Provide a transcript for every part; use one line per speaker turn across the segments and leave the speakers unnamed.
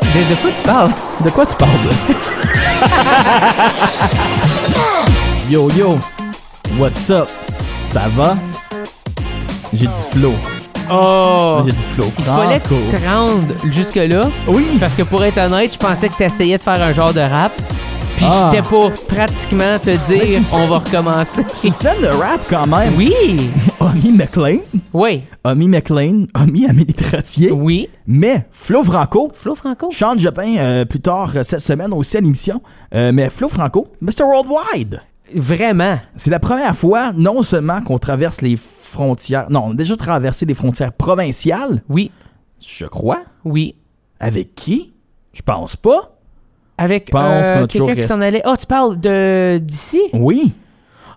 De, de quoi tu parles?
De quoi tu parles? yo yo, what's up? Ça va? J'ai du flow.
Oh!
J'ai du flow.
Il fallait que tu te rendes jusque-là.
Oui!
Parce que pour être honnête, je pensais que tu essayais de faire un genre de rap. Puis
Ah.
j'étais pour pratiquement te
Mais c'est
dire on
une semaine-
va recommencer.
C'est une semaine de rap quand même.
Oui!
Omi McLean,
Oui!
Omi McLean, Omi Amélie Trottier,
Oui!
mais Flo Franco.
Flo Franco?
Sean Jobin, euh, plus tard euh, cette semaine aussi à l'émission. Euh, mais Flo Franco, Mr. Worldwide.
Vraiment!
C'est la première fois, non seulement qu'on traverse les frontières, non, on a déjà traversé les frontières provinciales,
Oui!
je crois.
Oui!
Avec qui? Je pense pas.
Avec
pense
euh,
qu'on a toujours
quelqu'un qui
resté-
s'en allait. Oh, tu parles de d'ici?
Oui.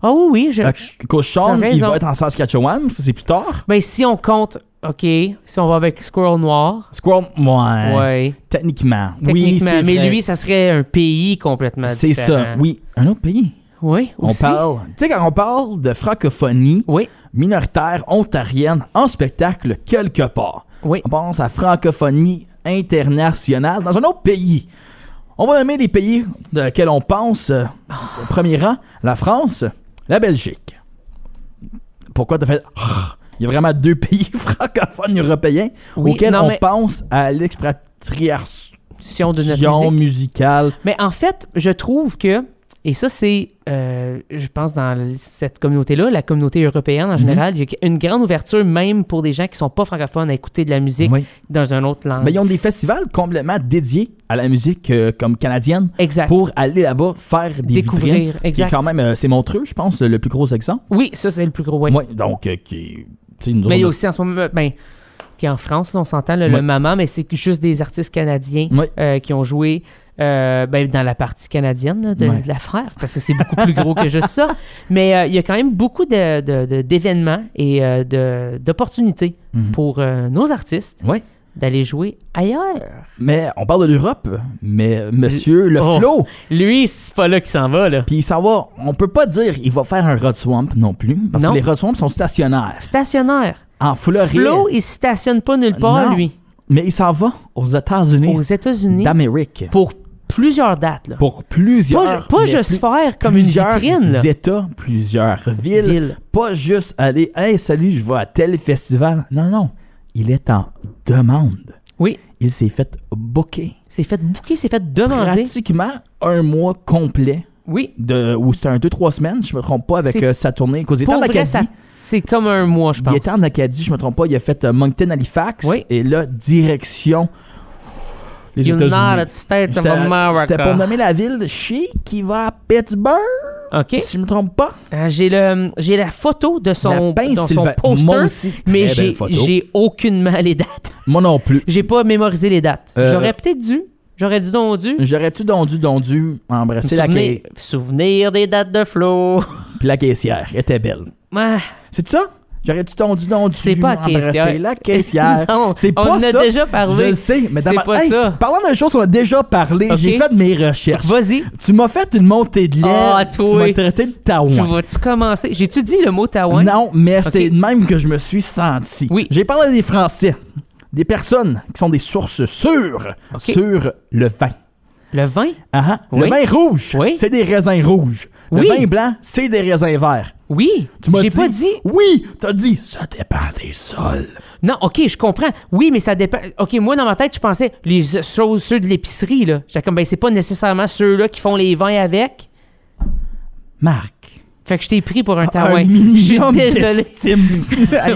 Ah oui, oui. je-
Euh, Coach Sean,
t'as
il
raison.
va être en Saskatchewan, ça c'est plus tard.
Ben, si on compte, OK, si on va avec Squirrel Noir,
Squirrel, ouais.
ouais,
Techniquement. Oui,
techniquement.
c'est
mais
vrai.
lui, ça serait un pays complètement
c'est
différent.
ça. Oui. Un autre pays.
Oui, aussi.
On parle. Tu sais, quand on parle de francophonie,
Oui,
minoritaire ontarienne en spectacle quelque part.
oui.
On pense à francophonie internationale dans un autre pays. On va nommer les pays de lesquels on pense. euh, au premier rang, la France, la Belgique. Pourquoi t'as fait... Ah Il y a vraiment deux pays francophones européens
Oui,
auxquels
non,
on
mais-
pense à l'expatriation
Si on donne notre musique.
musicale.
Mais en fait, je trouve que, et ça, c'est, euh, je pense, dans l- cette communauté-là, la communauté européenne
Mhm.
en général, il y a une grande ouverture, même pour des gens qui sont pas francophones, à écouter de la musique
Oui.
dans un autre langue.
Mais ils ont des festivals complètement dédiés à la musique euh, comme canadienne.
exact.
pour aller là-bas faire des
Découvrir,
vitrines, qui est
exact.
quand même, euh, c'est Montreux, je pense, le, le plus gros exemple.
Oui, ça, c'est le plus gros. ouais.
Ouais, donc, euh, qui est- tu sais, nous
Mais il y a
autres,
aussi en ce moment, ben, qui est en France, là, on s'entend, là,
Ouais.
le maman, mais c'est juste des artistes canadiens
Ouais.
euh, qui ont joué euh, ben, dans la partie canadienne là, de,
Ouais.
de l'affaire, parce que c'est beaucoup plus gros que juste ça. Mais euh, il y a quand même beaucoup de- de- de- d'événements et euh, de- d'opportunités
Mhm.
pour euh, nos artistes
Ouais.
d'aller jouer ailleurs.
Mais on parle de l'Europe, mais monsieur le
Oh.
flow,
Lui, c'est pas là qui s'en va, là.
puis ça va, on peut pas dire il va faire un Rod Swamp non plus, parce
Non.
que les Rod Swamp sont stationnaires
Stationnaire.
en Floride,
Flo, il stationne pas nulle part,
Non.
lui,
mais il s'en va aux États-Unis
aux États-Unis,
d'Amérique
pour plusieurs dates, là.
pour plusieurs
Pas, ju- pas
mais
juste
plus-
faire comme une
plusieurs
vitrine. là.
États, plusieurs villes,
Ville.
pas juste aller hey salut, je vais à tel festival. Non non, il est en demande.
Oui,
il s'est fait booker.
c'est fait bouquer, c'est fait demander.
Pratiquement un mois complet,
Oui,
de, ou c'était un 2-3 semaines, je me trompe pas, avec
C'est-
euh, sa tournée. Cause il était
pour
en
vrai,
Acadie.
ça- c'est comme un mois, je pense.
il était en Acadie, je me trompe pas, il a fait euh, Moncton, Halifax.
Oui.
Et là, direction les États-Unis.
United States of
C'était c'était pour
America.
nommer la ville chez qui va à Pittsburgh,
OK.
si je me trompe pas.
Ah, J'ai le, j'ai la photo de son,
Lapin
dans son
Sylvain. Moi
poster,
aussi, très
mais
belle
j'ai,
photo.
j'ai aucunement les dates.
Moi non plus.
J'ai pas mémorisé les dates.
Euh,
J'aurais peut-être dû. J'aurais dû donc dû.
J'aurais-tu dondu, dondu, embrasser la,
Souvenir,
caissière
souvenir des dates de Flo.
Puis la caissière, elle était belle.
Ah,
C'est ça? J'aurais-tu dondu, dondu,
C'est pas la
embrasser
caissière.
la caissière?
non,
Ah, C'est
on
pas
en a
ça.
déjà
Je
parlé.
le sais, mais
C'est
d'abord-
pas ça.
Parlant d'une chose qu'on a déjà parlé,
Ok.
j'ai fait mes recherches.
Vas-y.
Tu m'as fait une montée de lait.
Ah,
tu
toi.
m'as traité de
Tu
taouin.
vas-tu commencer? J'ai-tu dit le mot Taouin?
Non, mais c'est de même que je me suis senti.
Oui.
J'ai parlé des Français, des personnes qui sont des sources sûres
Ok.
sur le vin.
Le vin?
Ah, ah.
Oui.
Le vin rouge,
Oui.
c'est des raisins rouges.
Oui.
Le vin blanc, c'est des raisins verts.
Oui.
Tu m'as
J'ai pas dit.
Oui, t'as dit. Ça dépend des sols.
Non, OK, je comprends. Oui, mais ça dépend. OK, moi, dans ma tête, je pensais les choses, ceux de l'épicerie, là. J'étais comme, ben, c'est pas nécessairement ceux-là qui font les vins avec.
Marc.
Fait que je t'ai pris pour un
Ah, un
taouin. Je suis
minimum
désolé.
d'estime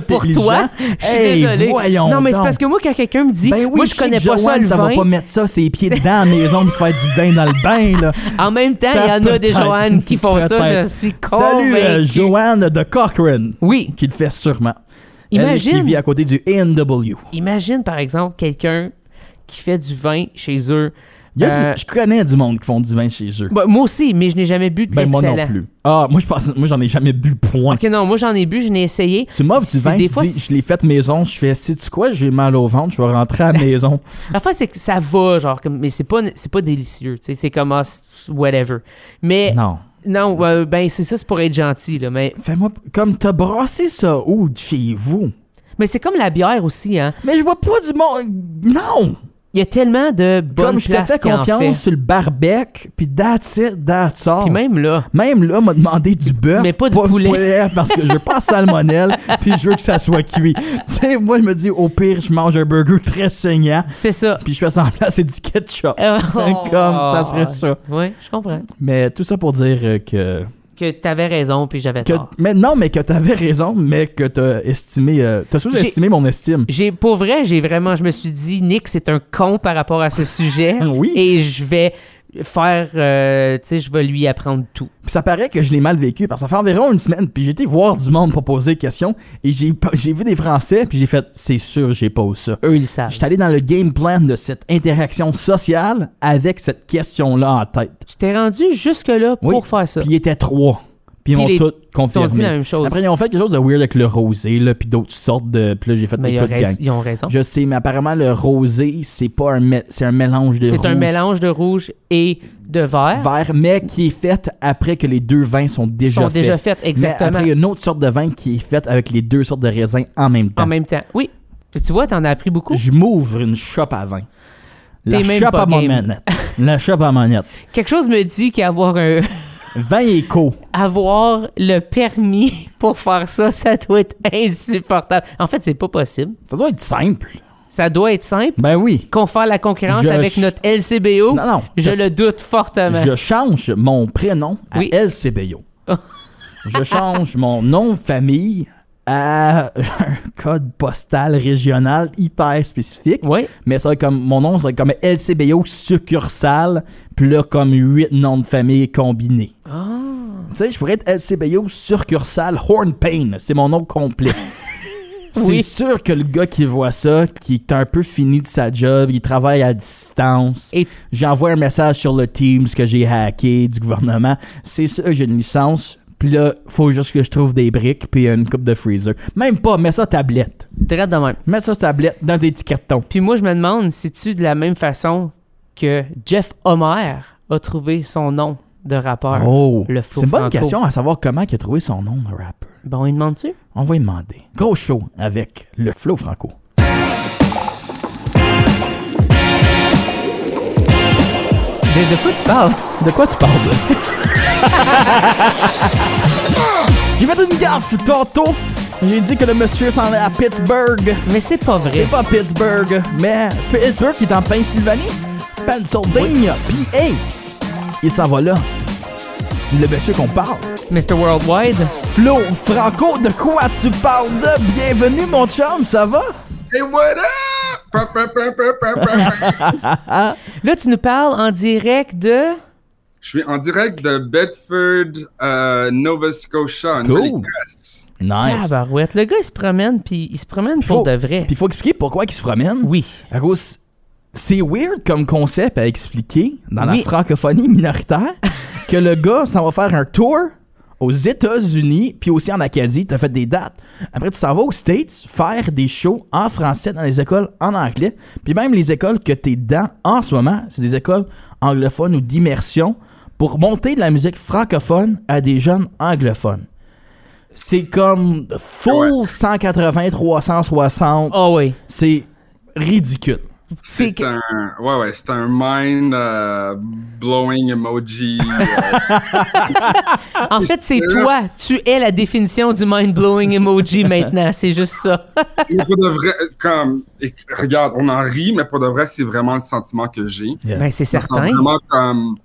Pour
intelligent.
toi, je suis
Hey,
désolé.
voyons
non, mais c'est
donc.
parce que moi, quand quelqu'un me dit,
Ben oui,
moi, je
sais
connais
que
pas ça,
Joanne,
le
ça
vin.
va pas mettre ça, ses pieds dedans à la maison pour se faire du vin dans le bain, là.
En même temps, il y en a des
Peut-être.
Joanne qui font ça.
Peut-être.
Je suis con.
Salut, euh, Joanne de Cochrane,
Oui.
qui le fait sûrement. Elle qui
Imagine.
vit à côté du A&W.
Imagine, par exemple, quelqu'un qui fait du vin chez eux.
Il y a du-
Euh,
Je connais du monde qui font du vin chez eux.
bah, moi aussi, mais je n'ai jamais bu de
Ben, moi non
l'excellent.
plus. Ah, moi, je pense, moi, j'en ai jamais bu, point.
OK, non, moi, j'en ai bu, je n'ai essayé.
Tu m'offres du
C'est
vin,
des
tu
fois,
dis, je l'ai fait maison, je fais, sais-tu quoi, j'ai mal au ventre, je vais rentrer à la maison.
La fin, c'est que ça va, genre, comme, mais c'est pas, c'est pas délicieux. tu sais, C'est comme, ah, c'est- whatever. Mais non,
Non.
euh, ben, c'est ça, c'est pour être gentil. Là, mais
Fais-moi, comme t'as brassé ça où de chez vous?
mais c'est comme la bière aussi, hein.
Mais je vois pas du monde. Non!
Il y a tellement de bonnes
Comme je te
places
fais
qui en
confiance
fait.
sur le barbec, puis that's it, that's all.
Puis même là,
Même là, m'a demandé du bœuf.
Mais pas du poulet.
parce que je veux pas de salmonelle, puis je veux que ça soit cuit. Tu sais, moi, je me dis, au pire, je mange un burger très saignant,
c'est ça.
puis je fais semblant, c'est du ketchup.
Oh.
Comme ça serait ça.
Oui, je comprends.
Mais tout ça pour dire euh, que.
Que t'avais raison, puis j'avais
que
tort.
mais non, mais que t'avais raison, mais que t'as estimé. euh, t'as sous-estimé mon estime.
J'ai, pour vrai, j'ai vraiment, je me suis dit, Nick, c'est un con par rapport à ce sujet.
Oui.
Et je vais faire, euh, tu sais, je vais lui apprendre tout.
Puis ça paraît que je l'ai mal vécu parce que ça fait environ une semaine. Puis j'ai été voir du monde pour poser des questions et j'ai j'ai vu des Français puis j'ai fait c'est sûr j'ai pas eu ça.
Eux, ils le savent.
J'étais allé dans le game plan de cette interaction sociale avec cette question là en tête.
Tu t'es rendu jusque-là
Oui.
pour faire ça.
Puis ils étaient trois. Puis
Puis
ils m'ont
les-
tout
Ils t'ont
confirmé.
dit la même chose.
Après ils ont fait quelque chose de weird avec le rosé là puis d'autres sortes de. Puis là j'ai fait
mais
des
ils ont,
coups de
rais-
gang.
ils ont raison.
Je sais mais apparemment le rosé c'est pas un mé- c'est un mélange de
C'est un
rouge,
mélange de rouge et de vert.
vert mais qui est fait après que les deux vins sont
Ils
déjà
sont
faits.
déjà faites,
Mais
exactement.
après, il y a une autre sorte de vin qui est faite avec les deux sortes de raisins en même temps.
en même temps. Oui. Mais Tu vois, t'en as appris beaucoup.
euh, Je m'ouvre une chope à vin. La
T'es même
chope
pas
à mon
game.
manette. La chope à manette.
Quelque chose me dit qu'avoir un...
Vin éco.
avoir le permis pour faire ça, ça doit être insupportable. En fait, c'est pas possible.
Ça doit être simple.
Ça doit être simple.
Ben oui.
Qu'on fasse la concurrence
Je-
avec notre LCBO,
Non, non.
je le doute fortement.
Je change mon prénom à
Oui.
LCBO. Je change mon nom de famille à un code postal régional hyper spécifique.
Oui,
Mais ça va être comme mon nom, ça va être comme LCBO succursale, puis là comme huit noms de famille combinés.
Ah.
Tu sais, je pourrais être LCBO succursale Hornpain, c'est mon nom complet. C'est
Oui.
sûr que le gars qui voit ça, qui est un peu fini de sa job, il travaille à distance.
Et-
J'envoie un message sur le Teams que j'ai hacké du gouvernement. C'est sûr que j'ai une licence. Puis là, faut juste que je trouve des briques puis une coupe de freezer. Même pas, mets ça tablette.
direct de même.
Mets ça tablette dans des petits cartons.
Puis moi, je me demande si tu de la même façon que Jeff Homer a trouvé son nom de rappeur.
Oh,
le
c'est
flow
une bonne
franco.
question à savoir comment il a trouvé son nom de rappeur.
Bon, il demande-tu?
On va y demander. Gros show avec le flow franco.
De, de quoi tu parles?
De quoi tu parles? J'ai fait une gaffe tantôt. J'ai dit que le monsieur s'en allait à Pittsburgh.
Mais c'est pas vrai.
C'est pas Pittsburgh, mais Pittsburgh est en Pennsylvanie. Pennsylvania, PA. Il s'en va là. Le monsieur qu'on parle.
Mr. Worldwide,
Flo, Franco, de quoi tu parles de? Bienvenue, mon chum, ça va?
Hey, what up? Pa, pa, pa, pa, pa, pa.
là, tu nous parles en direct de...
Je suis en direct de Bedford, euh, Nova Scotia, en
Cool.
Nouvelle-Écosse.
Nice.
Tabarouette. Le gars, il se promène, puis il se promène
Faut-
pour de vrai.
Puis faut expliquer pourquoi il se promène.
Oui.
À cause- c'est weird comme concept à expliquer dans la
Oui.
francophonie minoritaire que le gars s'en va faire un tour aux États-Unis puis aussi en Acadie. T'as fait des dates. Après, tu s'en vas aux States faire des shows en français dans les écoles en anglais. Puis même les écoles que t'es dans en ce moment, c'est des écoles anglophones ou d'immersion pour monter de la musique francophone à des jeunes anglophones. C'est comme full 180, 360.
Ah oui.
C'est ridicule.
C'est
C'est
que-
un, ouais, ouais, c'est un mind euh, blowing emoji.
en fait, c'est toi. Tu es la définition du mind-blowing emoji maintenant. C'est juste ça.
Mais pour de vrai, comme, et- regarde, on en rit, mais pour de vrai, c'est vraiment le sentiment que j'ai.
Ben, c'est
Je me sens
certain.
Vraiment comme,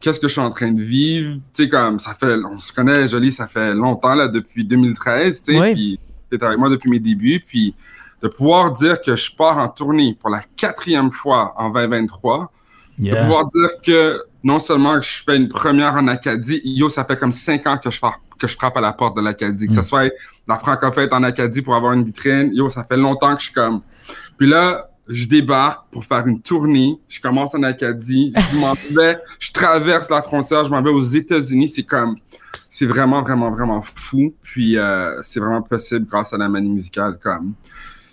qu'est-ce que je suis en train de vivre? Tu sais, comme, ça fait, on se connaît, Jolie, ça fait longtemps, là, depuis 2013, tu sais,
Oui.
puis t'es avec moi depuis mes débuts, puis de pouvoir dire que je pars en tournée pour la quatrième fois en 2023, de pouvoir dire que non seulement que je fais une première en Acadie, yo, ça fait comme cinq ans que je frappe, que je frappe à la porte de l'Acadie. Que ce soit la francofête en Acadie pour avoir une vitrine, yo, ça fait longtemps que je suis comme. Puis là, je débarque pour faire une tournée. Je commence en Acadie, je m'en vais, je traverse la frontière, je m'en vais aux États-Unis. C'est comme. C'est vraiment, vraiment, vraiment fou. Puis euh, c'est vraiment possible grâce à la manie musicale. Comme.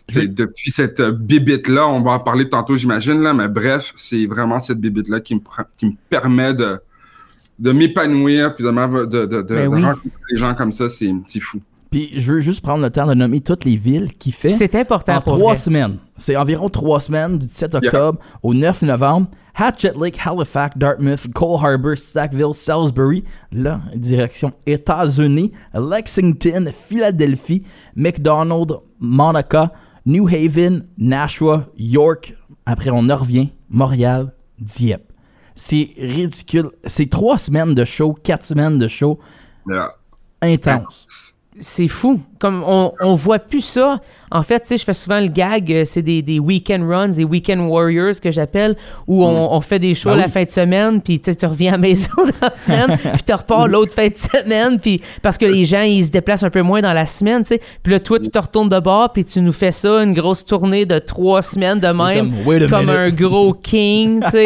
Tu sais, depuis cette euh, bibite-là, on va en parler tantôt, j'imagine, là, mais bref, c'est vraiment cette bibite-là qui me, pre- qui me permet de, de m'épanouir puis de, m'av- de, de, de-
Ben
de
oui.
rencontrer des gens comme ça, c'est c'est fou.
Puis je veux juste prendre le temps de nommer toutes les villes qui fait.
C'est important
En
pour
trois
vrai.
semaines. C'est environ trois semaines, du 17 octobre au 9 novembre. Hatchet Lake, Halifax, Dartmouth, Cole Harbor, Sackville, Salisbury. Là, direction États-Unis, Lexington, Philadelphie, McDonald, Monaca, New Haven, Nashua, York. Après, on en revient. Montréal, Dieppe. C'est ridicule. C'est trois semaines de show, quatre semaines de show
Yeah.
intense.
C'est fou. Comme on, on voit plus ça. En fait, tu sais, je fais souvent le gag, euh, c'est des, des weekend runs, des weekend warriors que j'appelle, où on, on fait des shows
Ben
la
oui.
fin de semaine, puis tu sais, tu reviens à la maison dans la semaine, puis tu repars l'autre fin de semaine, puis parce que les gens, ils se déplacent un peu moins dans la semaine, tu sais. Puis là, toi, tu te retournes de bord, puis tu nous fais ça, une grosse tournée de trois semaines de même,
comme, Wait a
comme
minute.
un gros king, tu sais.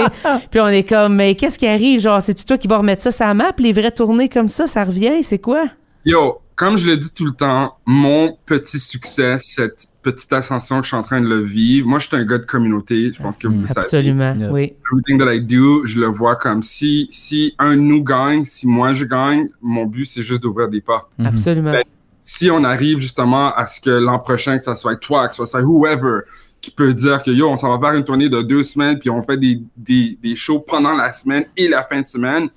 puis on est comme, mais qu'est-ce qui arrive? Genre, c'est-tu toi qui vas remettre ça sur la map, les vraies tournées comme ça, ça revient, c'est quoi?
Yo, comme je le dis tout le temps, mon petit succès, cette petite ascension que je suis en train de le vivre, moi, je suis un gars de communauté. Je pense que vous le savez.
Absolument,
Yeah.
oui.
Everything that I do, je le vois comme si, si un de nous gagne, si moi je gagne, mon but, c'est juste d'ouvrir des portes.
Mhm.
Absolument.
Ben, si on arrive justement à ce que l'an prochain, que ça soit toi, que ça soit whoever, qui peut dire que yo, on s'en va faire une tournée de deux semaines, puis on fait des, des, des shows pendant la semaine et la fin de semaine,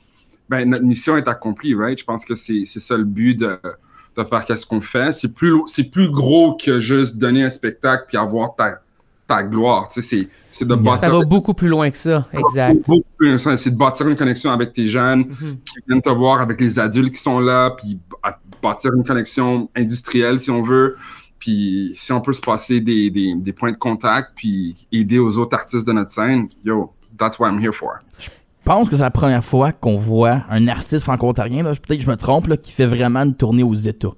ben notre mission est accomplie, right? Je pense que c'est c'est ça le but de, de faire qu'est-ce qu'on fait. C'est plus, lo- c'est plus gros que juste donner un spectacle puis avoir ta, ta gloire. Tu sais, c'est- c'est de
ça
bâtir
va beaucoup plus loin que ça, exact.
beaucoup plus ça, C'est de bâtir une connexion avec tes jeunes
Mm-hmm.
Mhm.
qui viennent te voir, avec les adultes qui sont là, puis à- bâtir une connexion industrielle si on veut. Puis si on peut se passer des, des, des points de contact, puis aider aux autres artistes de notre scène, yo, that's what I'm here for.
pense que c'est la première fois qu'on voit un artiste franco-ontarien, là, je- peut-être que je me trompe, là, qui fait vraiment une tournée aux États.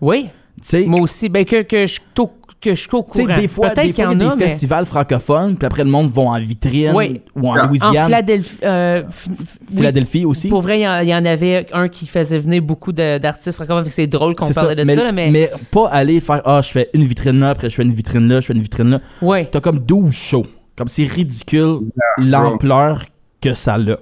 Oui,
Tu sais,
moi aussi. Ben, que, que je suis au- que je suis au
tu sais,
courant.
des fois,
Peut-être
des,
qu'il
fois
y
il y a
en a,
des
mais
festivals francophones, puis après le monde va en vitrine
Oui.
ou en
En
en
Louisiane,
Philadelphie, euh, f- f- oui,
Philadelphie aussi.
pour vrai, il y, en- il y en avait un qui faisait venir beaucoup de- d'artistes. francophones, fait que C'est drôle qu'on
C'est
parlait de
mais,
ça, là, mais,
mais pas aller faire Ah, je fais une vitrine là, après je fais une vitrine là, je fais une vitrine là.
ouais.
T'as comme 12 shows. Comme c'est ridicule l'ampleur que ça a.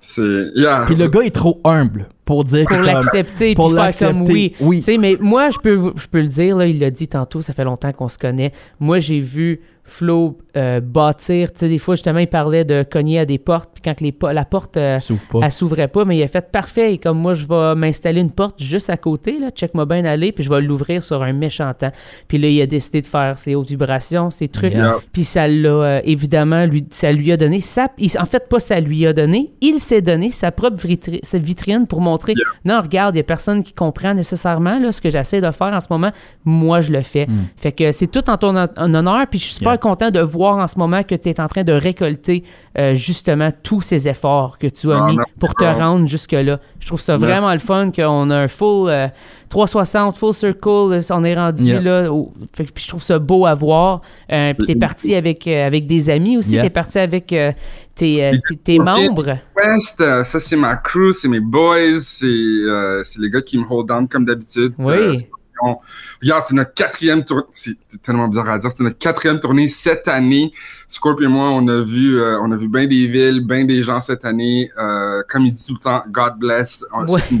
C'est. Yeah.
Puis le gars est trop humble pour dire
pour
que comme-
l'accepter
pour
puis faire comme
l'accepter,
oui.
oui.
Tu sais, mais moi, je peux, vous- je peux le dire, là, il l'a dit tantôt, ça fait longtemps qu'on se connaît. Moi, j'ai vu Flo euh, bâtir. Tu sais, des fois, justement, il parlait de cogner à des portes, puis quand que les, po- la porte. euh,
S'ouvre pas.
Elle s'ouvrait pas, mais il a fait parfait. Et comme moi, je vais m'installer une porte juste à côté, là, check-moi bien aller, puis je vais l'ouvrir sur un méchant temps. Puis là, il a décidé de faire ses hautes vibrations, ses trucs.
Yeah.
Puis ça l'a, euh, évidemment, lui, ça lui a donné sa. il- en fait, pas ça lui a donné, il s'est donné sa propre vitri- sa vitrine pour montrer non, regarde, il y a personne qui comprend nécessairement là, ce que j'essaie de faire en ce moment. Moi, je le fais.
Mm.
Fait que c'est tout en ton hon- en honneur. Puis je suis super
Yeah.
content de voir en ce moment que tu es en train de récolter euh, justement tous ces efforts que tu as
Ah,
mis
merci,
pour te
Carl.
rendre jusque-là. Je trouve ça
Yeah.
vraiment le fun qu'on a un full euh, 360, full circle. euh, On est rendu
Yeah.
là. au- fait que- puis je trouve ça beau à voir. Euh, puis t'es parti avec, euh, avec des amis aussi.
Yeah.
T'es parti avec euh, tes, euh, tes- tes
Et-
membres.
West, euh, ça c'est ma crew, c'est mes boys, c'est euh, c'est les gars qui me hold down comme d'habitude.
Oui.
Euh, on- regarde, c'est notre quatrième tournée. C'est tellement bizarre à dire. C'est notre quatrième tournée cette année. Scorp et moi, on a vu, euh, on a vu bien des villes, bien des gens cette année. Euh, comme il dit tout le temps, God bless. On-
Ouais.
C'est une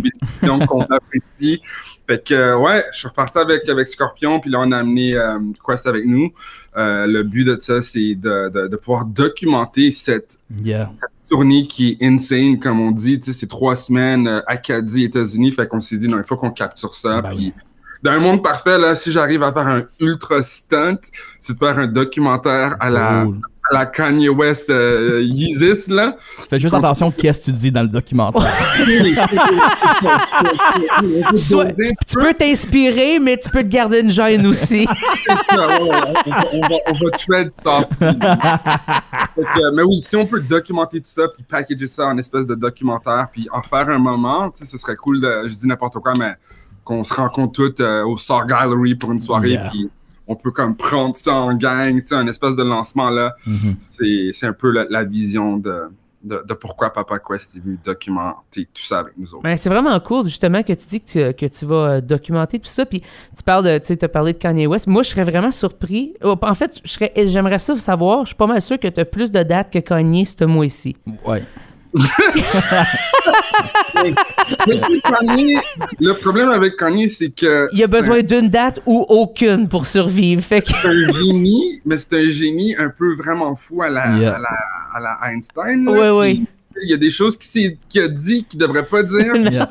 bénédiction qu'on apprécie. Fait que, euh, ouais, je suis reparti avec, avec Scorpion, puis là, on a amené euh, Quest avec nous. Euh, le but de ça, c'est de, de, de pouvoir documenter cette
Yeah.
tournée qui est insane, comme on dit. Tu sais, c'est trois semaines, euh, Acadie, États-Unis. Fait qu'on s'est dit, non, il faut qu'on capture ça.
Ben
puis, dans un monde parfait, là, si j'arrive à faire un ultra stunt, c'est de faire un documentaire à la,
Cool.
à la Kanye West euh, Yeezus, là.
Fais juste attention qu'est-ce que tu dis dans le documentaire.
Sois- tu, tu peux t'inspirer, mais tu peux te garder une gêne aussi.
C'est ça, ah ouais, ouais, ouais. on, va, on, va, on va tread soft. Fait que, euh, mais oui, si on peut documenter tout ça, puis packager ça en espèce de documentaire, puis en faire un moment, tu sais, ce serait cool, de, je dis n'importe quoi, mais qu'on se rencontre toutes euh, au Sort Gallery pour une soirée,
Yeah.
puis on peut comme prendre ça en gang, tu sais, un espèce de lancement là.
Mhm.
C'est c'est un peu la, la vision de, de, de pourquoi Papa Quest est venu documenter tout ça avec nous autres.
Ben, c'est vraiment cool, justement, que tu dis que tu, que tu vas euh, documenter tout ça. Puis tu parles de, tu sais, t'as parlé de Kanye West. Moi, je serais vraiment surpris. Oh, En fait, je serais- j'aimerais ça savoir. Je suis pas mal sûr que tu as plus de dates que Kanye ce mois-ci.
Ouais.
Mais- mais Kanye, le problème avec Kanye, c'est que
Il a
c'est un-
besoin d'une date ou aucune pour survivre. Fait que...
c'est un génie, mais c'est un génie un peu vraiment fou à la,
Yeah.
à la, à la Einstein. là.
Ouais, ouais.
Puis, Il y a des choses qu'il s'est- qu'il a dit qu'il devrait pas dire.
Non.
Yeah.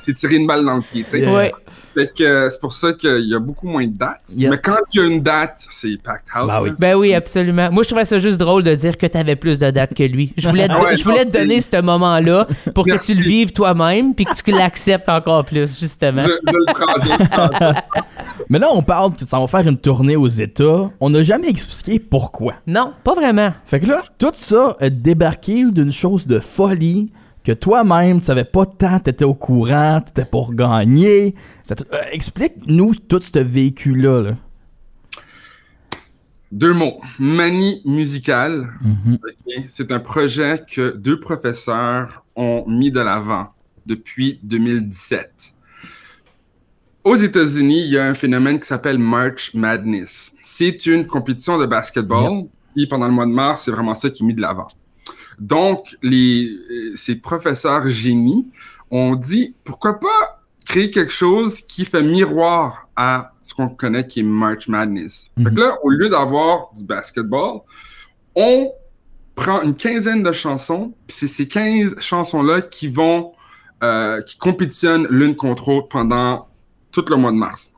C'est tirer une balle dans le pied. tu sais.
Yeah.
Ouais.
Fait que euh, c'est pour ça qu'il y a beaucoup moins de dates.
Yeah.
Mais quand il y a une date, c'est packed house.
Bah oui.
là.
Ben oui, absolument. Moi, je trouvais ça juste drôle de dire que t'avais plus de dates que lui. Je voulais te,
Ah ouais,
je voulais te
non, c'est-
donner ce moment-là pour que tu
Merci.
le vives toi-même puis que tu l'acceptes encore plus, justement.
Je, je le prends, je le prends.
Mais là, on parle que ça va faire une tournée aux États. On n'a jamais expliqué pourquoi.
Non, pas vraiment.
Fait que là, tout ça a débarqué d'une chose de folie que toi-même, tu savais pas tant, t'étais au courant, t'étais pour gagner. Ça te- euh, Explique-nous tout ce vécu-là. là.
Deux mots. Manie musicale. Ok. C'est un projet que deux professeurs ont mis de l'avant depuis 2017. Aux États-Unis, il y a un phénomène qui s'appelle March Madness. C'est une compétition de basketball. Puis pendant le mois de mars, c'est vraiment ça qui est mis de l'avant. Donc, les, euh, ces professeurs génies ont dit pourquoi pas créer quelque chose qui fait miroir à ce qu'on connaît qui est March Madness. Fait que là, au lieu d'avoir du basketball, on prend une quinzaine de chansons, puis c'est ces 15 chansons-là qui vont, euh, qui compétitionnent l'une contre l'autre pendant tout le mois de mars.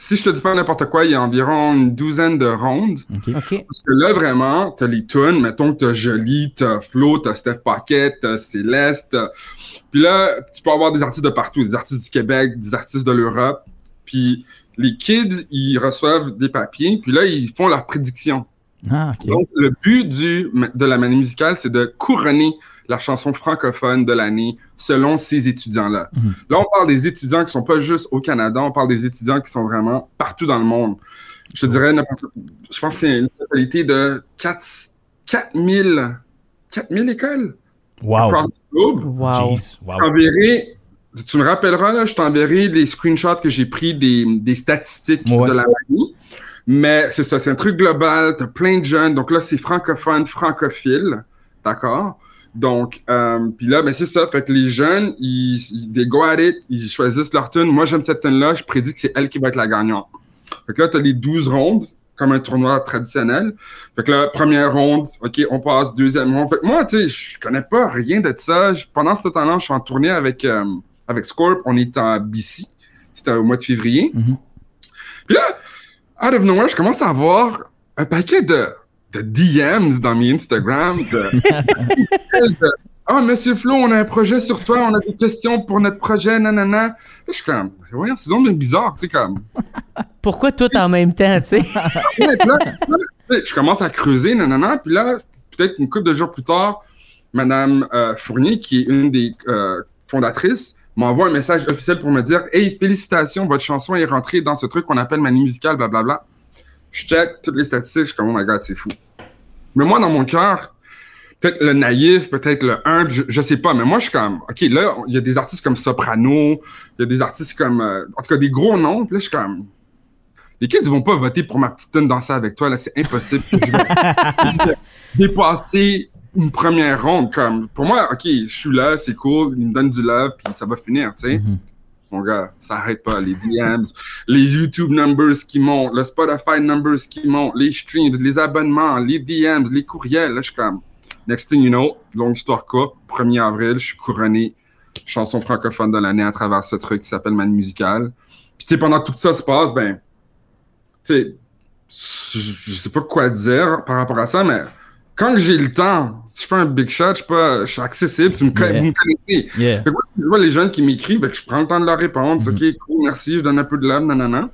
Si je te dis pas n'importe quoi, il y a environ une douzaine de rondes.
OK.
Parce que là, vraiment, t'as les tunes, mettons que t'as Jolie, t'as Flo, t'as Steph Paquette, t'as Céleste. t'as- Puis là, tu peux avoir des artistes de partout, des artistes du Québec, des artistes de l'Europe. Puis les kids, ils reçoivent des papiers, puis là, ils font leurs prédictions.
Ah, ok.
Donc, le but du, de la manie musicale, c'est de couronner la chanson francophone de l'année selon ces étudiants-là.
Mhm.
Là, on parle des étudiants qui sont pas juste au Canada, on parle des étudiants qui sont vraiment partout dans le monde. Je te dirais, n'importe- je pense que c'est une totalité de 4, 4000, 4000 écoles
Wow.
across the globe.
Wow.
Jeez. Wow.
Je t'enverrai- tu me rappelleras, là, je t'enverrai les screenshots que j'ai pris des, des statistiques
Ouais.
de la manie. Mais c'est ça, c'est un truc global, t'as plein de jeunes. Donc là, c'est francophone, francophile, d'accord? Donc, euh, puis là, ben c'est ça. Fait que les jeunes, ils, ils they go at it, ils choisissent leur tune. Moi, j'aime cette tune-là, je prédis que c'est elle qui va être la gagnante. Fait que là, t'as les 12 rondes, comme un tournoi traditionnel. Fait que là, première ronde, OK, on passe, deuxième ronde. Fait que moi, tu sais, je connais pas rien de ça. Je- pendant ce temps-là, je suis en tournée avec, euh, avec Scorp. On est en BC. C'était au mois de février.
Mhm.
Puis là, out of nowhere, je commence à avoir un paquet de, de DMs dans mes Instagram. de- de, Ah, Monsieur Flo, on a un projet sur toi. On a des questions pour notre projet, nanana. Là, je suis comme, voyons, c'est donc bien bizarre, tu sais, comme...
Pourquoi tout en même temps, tu sais?
Ouais, puis là, là, tu sais, je commence à creuser, nanana, puis là, peut-être une couple de jours plus tard, Madame euh, Fournier, qui est une des euh, fondatrices, m'envoie un message officiel pour me dire « Hey, félicitations, votre chanson est rentrée dans ce truc qu'on appelle manie musicale, blablabla. » Je check toutes les statistiques, je suis comme « Oh my God, c'est fou. » Mais moi, dans mon cœur, peut-être le naïf, peut-être le humble, je, je sais pas, mais moi, je suis comme « Ok, là, il y a des artistes comme Soprano, il y a des artistes comme... euh, en tout cas, des gros noms, puis là, je suis comme... Les kids, ils vont pas voter pour ma petite tune danser avec toi, là, c'est impossible. que je vais dépasser une première ronde, comme, pour moi, ok, je suis là, c'est cool, ils me donnent du love, puis ça va finir, tu sais.
Mhm.
Mon gars, ça arrête pas, les DMs, les YouTube numbers qui montent, le Spotify numbers qui montent, les streams, les abonnements, les DMs, les courriels, là, je suis comme, next thing you know, longue histoire courte, 1er avril, je suis couronné chanson francophone de l'année à travers ce truc qui s'appelle Manie Musicale. Puis, tu sais, pendant que tout ça se passe, ben, tu sais, je je sais pas quoi dire par rapport à ça, mais quand que j'ai le temps, je suis pas un big shot, je suis pas, je suis accessible, tu me, con-
Yeah.
vous me connaissez.
Yeah.
Fait que moi, je vois les jeunes qui m'écrivent, ben, je prends le temps de leur répondre, ok, cool, merci, je donne un peu de love, nanana.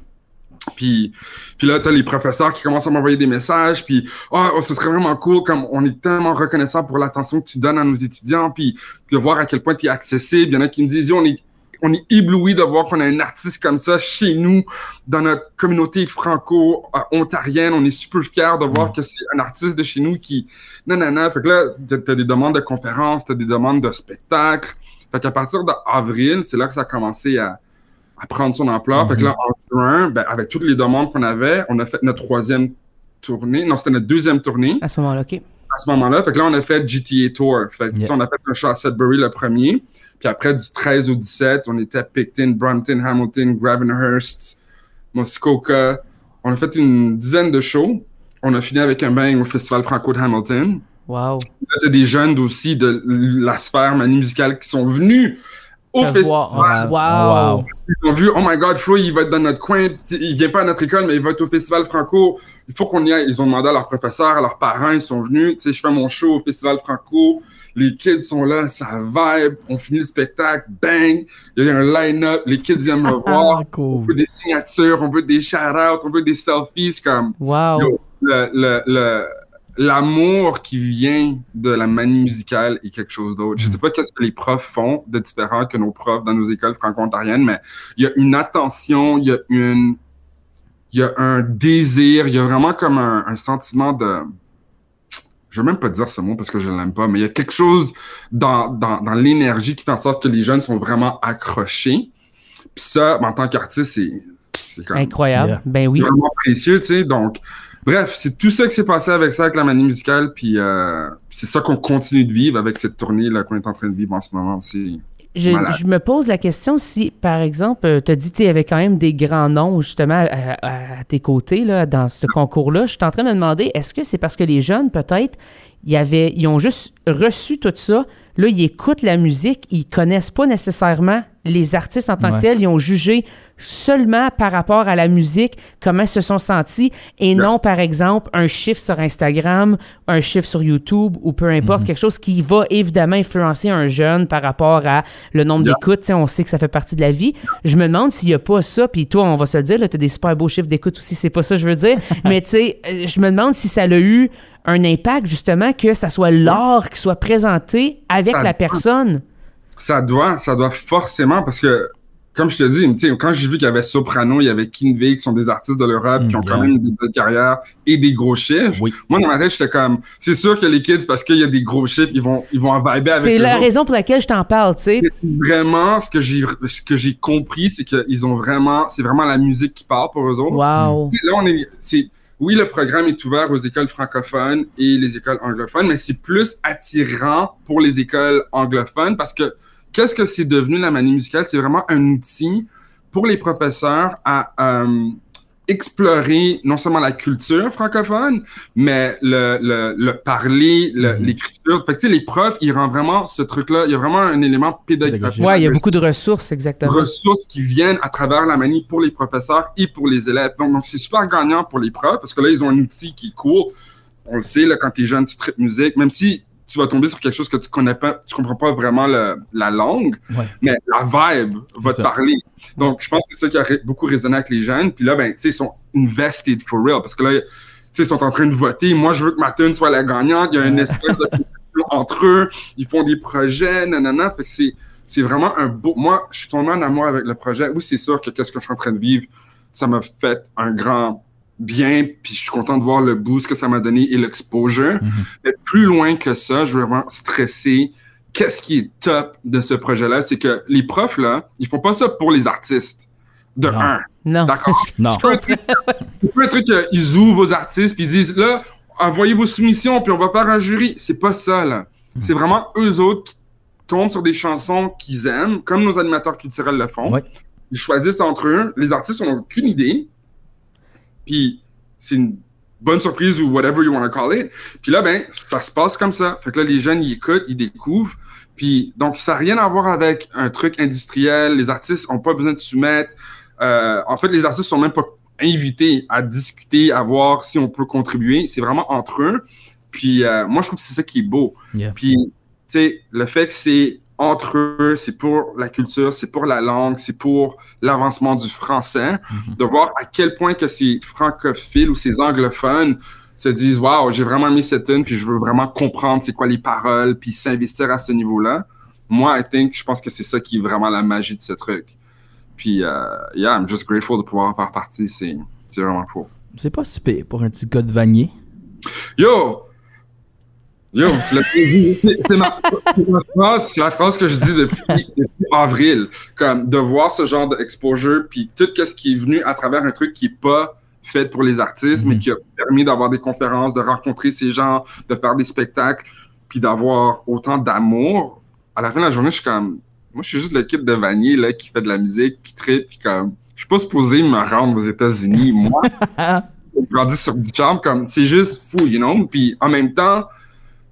Puis, puis là, t'as les professeurs qui commencent à m'envoyer des messages, puis ah, oh, ce serait vraiment cool, comme on est tellement reconnaissant pour l'attention que tu donnes à nos étudiants, puis de voir à quel point tu es accessible. Il y en a qui me disent, Yo, on est, on est ébloui de voir qu'on a un artiste comme ça chez nous, dans notre communauté franco-ontarienne. On est super fiers de voir que c'est un artiste de chez nous qui, nanana. Fait que là, t'as- t'as des demandes de conférences, t'as des demandes de spectacles. Fait qu'à partir d'avril, c'est là que ça a commencé à, à prendre son ampleur. Fait que là, en juin, ben, avec toutes les demandes qu'on avait, on a fait notre troisième tournée. Non, c'était notre deuxième tournée.
À ce moment-là, OK.
à ce moment-là. Fait que là, on a fait GTA Tour. Fait que, yeah. On a fait un show à Sudbury le premier. Puis après, du 13 au 17, on était à Picton, Brampton, Hamilton, Gravenhurst, Muskoka. On a fait une dizaine de shows. On a fini avec un bang au Festival Franco de Hamilton.
Wow.
Là, t'as des jeunes aussi de la sphère manie musicale qui sont venus au festival.
Wow. wow.
Ils ont vu, oh my god, Flo, il va être dans notre coin, il vient pas à notre école, mais il va être au festival franco. Il faut qu'on y aille. Ils ont demandé à leurs professeurs, à leurs parents, ils sont venus. Tu sais, je fais mon show au festival franco. Les kids sont là, ça vibe. On finit le spectacle, bang. Il y a un line-up, les kids viennent me voir.
Ah, cool.
On veut des signatures, on veut des shout-outs, on veut des selfies. comme,
wow.
Yo, le, le, le l'amour qui vient de la manie musicale est quelque chose d'autre. Je sais pas qu'est-ce que les profs font de différent que nos profs dans nos écoles franco-ontariennes, mais il y a une attention, il y a une, il y a un désir, il y a vraiment comme un, un, sentiment de, je veux même pas dire ce mot parce que je l'aime pas, mais il y a quelque chose dans, dans, dans l'énergie qui fait en sorte que les jeunes sont vraiment accrochés. Puis ça, en tant qu'artiste, c'est, c'est comme,
incroyable. C'est, ben oui.
Vraiment précieux, tu sais. Donc, Bref, c'est tout ça qui s'est passé avec ça, avec la manie musicale, puis euh, c'est ça qu'on continue de vivre avec cette tournée là qu'on est en train de vivre en ce moment. C'est
je, je, me pose la question si, par exemple, tu as dit qu'il y avait quand même des grands noms justement à, à, à tes côtés là, dans ce concours-là. Je suis en train de me demander, est-ce que c'est parce que les jeunes, peut-être, ils, avaient, ils ont juste reçu tout ça, là, ils écoutent la musique, ils connaissent pas nécessairement les artistes en tant ouais. que tels, ils ont jugé seulement par rapport à la musique, comment ils se sont sentis, et non, par exemple, un chiffre sur Instagram, un chiffre sur YouTube, ou peu importe, mm-hmm. quelque chose qui va évidemment influencer un jeune par rapport à le nombre yeah. d'écoutes. On sait que ça fait partie de la vie. Je me demande s'il n'y a pas ça, puis toi, on va se le dire, tu as des super beaux chiffres d'écoute aussi, c'est pas ça que je veux dire, mais tu sais, euh, je me demande si ça l'a eu un impact, justement, que ça soit l'art qui soit présenté avec ça la personne.
Ça doit, ça doit forcément, parce que, comme je te dis, quand j'ai vu qu'il y avait Soprano, il y avait Kinvey, qui sont des artistes de l'Europe,
Mm,
mmh, qui ont yeah. quand même des belles carrières et des gros chiffres. Oui. Moi, dans ma tête, j'étais comme, c'est sûr que les kids, parce qu'il y a des gros chiffres, ils vont, ils vont en viber Ben, avec
C'est la autres. raison pour laquelle je t'en parle, tu sais.
Vraiment, ce que j'ai, ce que j'ai compris, c'est qu'ils ont vraiment, c'est vraiment la musique qui parle pour eux autres.
Wow.
Et là, on est, c'est, oui, le programme est ouvert aux écoles francophones et les écoles anglophones, mais c'est plus attirant pour les écoles anglophones parce que qu'est-ce que c'est devenu la manie musicale? C'est vraiment un outil pour les professeurs à euh, explorer non seulement la culture francophone, mais le, le, le parler,
Mm-hmm.
le, l'écriture. Fait que, tu sais, les profs, ils rendent vraiment ce truc-là, il y a vraiment un élément pédagogique.
Oui, il y a beaucoup de ressources, exactement.
Ressources qui viennent à travers la manie pour les professeurs et pour les élèves. Donc, donc c'est super gagnant pour les profs parce que là, ils ont un outil qui court. On le sait, là, quand t'es jeune, tu traites musique, même si tu vas tomber sur quelque chose que tu connais pas, tu comprends pas vraiment le, la langue, ouais. mais la vibe va te parler. Donc, je pense que c'est ça qui a ré- beaucoup résonné avec les jeunes. Puis là, ben, tu sais, ils sont invested for real parce que là, tu sais, ils sont en train de voter. Moi, je veux que ma tune soit la gagnante. Il y a une espèce de entre eux. Ils font des projets, nanana. Fait que c'est, c'est vraiment un beau. Moi, je suis tombé en amour avec le projet. Oui, c'est sûr que qu'est-ce que je suis en train de vivre, ça m'a fait un grand bien, puis je suis content de voir le boost que ça m'a donné et l'exposure. Mm-hmm. Mais plus loin que ça, je veux vraiment stresser. Qu'est-ce qui est top de ce projet-là? C'est que les profs, là, ils font pas ça pour les artistes. De
non.
un.
Non.
D'accord?
non.
C'est pas un truc, qu'ils ouvrent aux artistes puis ils disent, là, envoyez vos soumissions puis on va faire un jury. C'est pas ça, là. Mm-hmm. C'est vraiment eux autres qui tombent sur des chansons qu'ils aiment, comme nos animateurs culturels le font.
Ouais.
Ils choisissent entre eux. Les artistes n'ont aucune idée puis c'est une bonne surprise ou whatever you want to call it. Puis là, ben, ça se passe comme ça. Fait que là, les jeunes, ils écoutent, ils découvrent. Puis donc, ça n'a rien à voir avec un truc industriel. Les artistes n'ont pas besoin de soumettre. Euh, en fait, les artistes sont même pas invités à discuter, à voir si on peut contribuer. C'est vraiment entre eux. Puis euh, moi, je trouve que c'est ça qui est beau.
Yeah.
Puis, tu sais, le fait que c'est entre eux, c'est pour la culture, c'est pour la langue, c'est pour l'avancement du français, mm-hmm. de voir à quel point que ces francophiles ou ces anglophones se disent waouh, j'ai vraiment mis cette tune puis je veux vraiment comprendre c'est quoi les paroles puis s'investir à ce niveau-là. Moi, I think, je pense que c'est ça qui est vraiment la magie de ce truc. Puis euh, yeah, I'm just grateful de pouvoir en faire partie, c'est c'est vraiment cool.
C'est pas si pire pour un petit gars de Vanier.
Yo, Yo, tu l'as dit. C'est, c'est, ma, c'est ma phrase, c'est la phrase que je dis depuis, depuis, avril. Comme de voir ce genre d'exposure, puis tout ce qui est venu à travers un truc qui n'est pas faite pour les artistes, mmh. mais qui a permis d'avoir des conférences, de rencontrer ces gens, de faire des spectacles, puis d'avoir autant d'amour. À la fin de la journée, je suis comme, moi, je suis juste le kid de Vanier, là, qui fait de la musique, qui tripe, puis comme, je suis pas supposé me rendre aux États-Unis, moi. grandi sur du charme, comme, c'est juste fou, you know? Puis en même temps,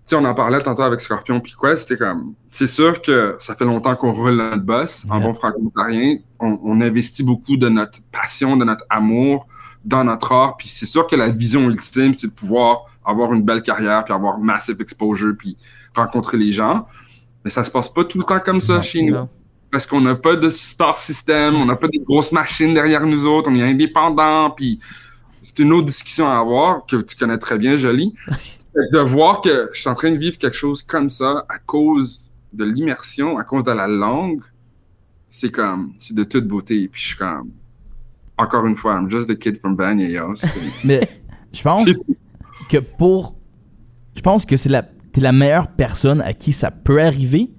tu on en parlait tantôt avec Scorpion puis Quest, c'est comme, c'est sûr que ça fait longtemps qu'on roule notre boss, yeah. en bon franco-ontarien, on, on, investit beaucoup de notre passion, de notre amour dans notre art, puis c'est sûr que la vision ultime, c'est de pouvoir avoir une belle carrière, puis avoir massive exposure, puis rencontrer les gens, mais ça se passe pas tout le temps comme ça non, chez non. nous. Parce qu'on n'a pas de star system, on n'a pas des grosses machines derrière nous autres, on est indépendant, puis c'est une autre discussion à avoir que tu connais très bien, Jolie. de voir que je suis en train de vivre quelque chose comme ça à cause de l'immersion, à cause de la langue, c'est comme, c'est de toute beauté. Puis je suis comme, encore une fois, I'm just a kid from Banyayos.
Mais je pense que pour. Je pense que c'est la, t'es la meilleure personne à qui ça peut arriver,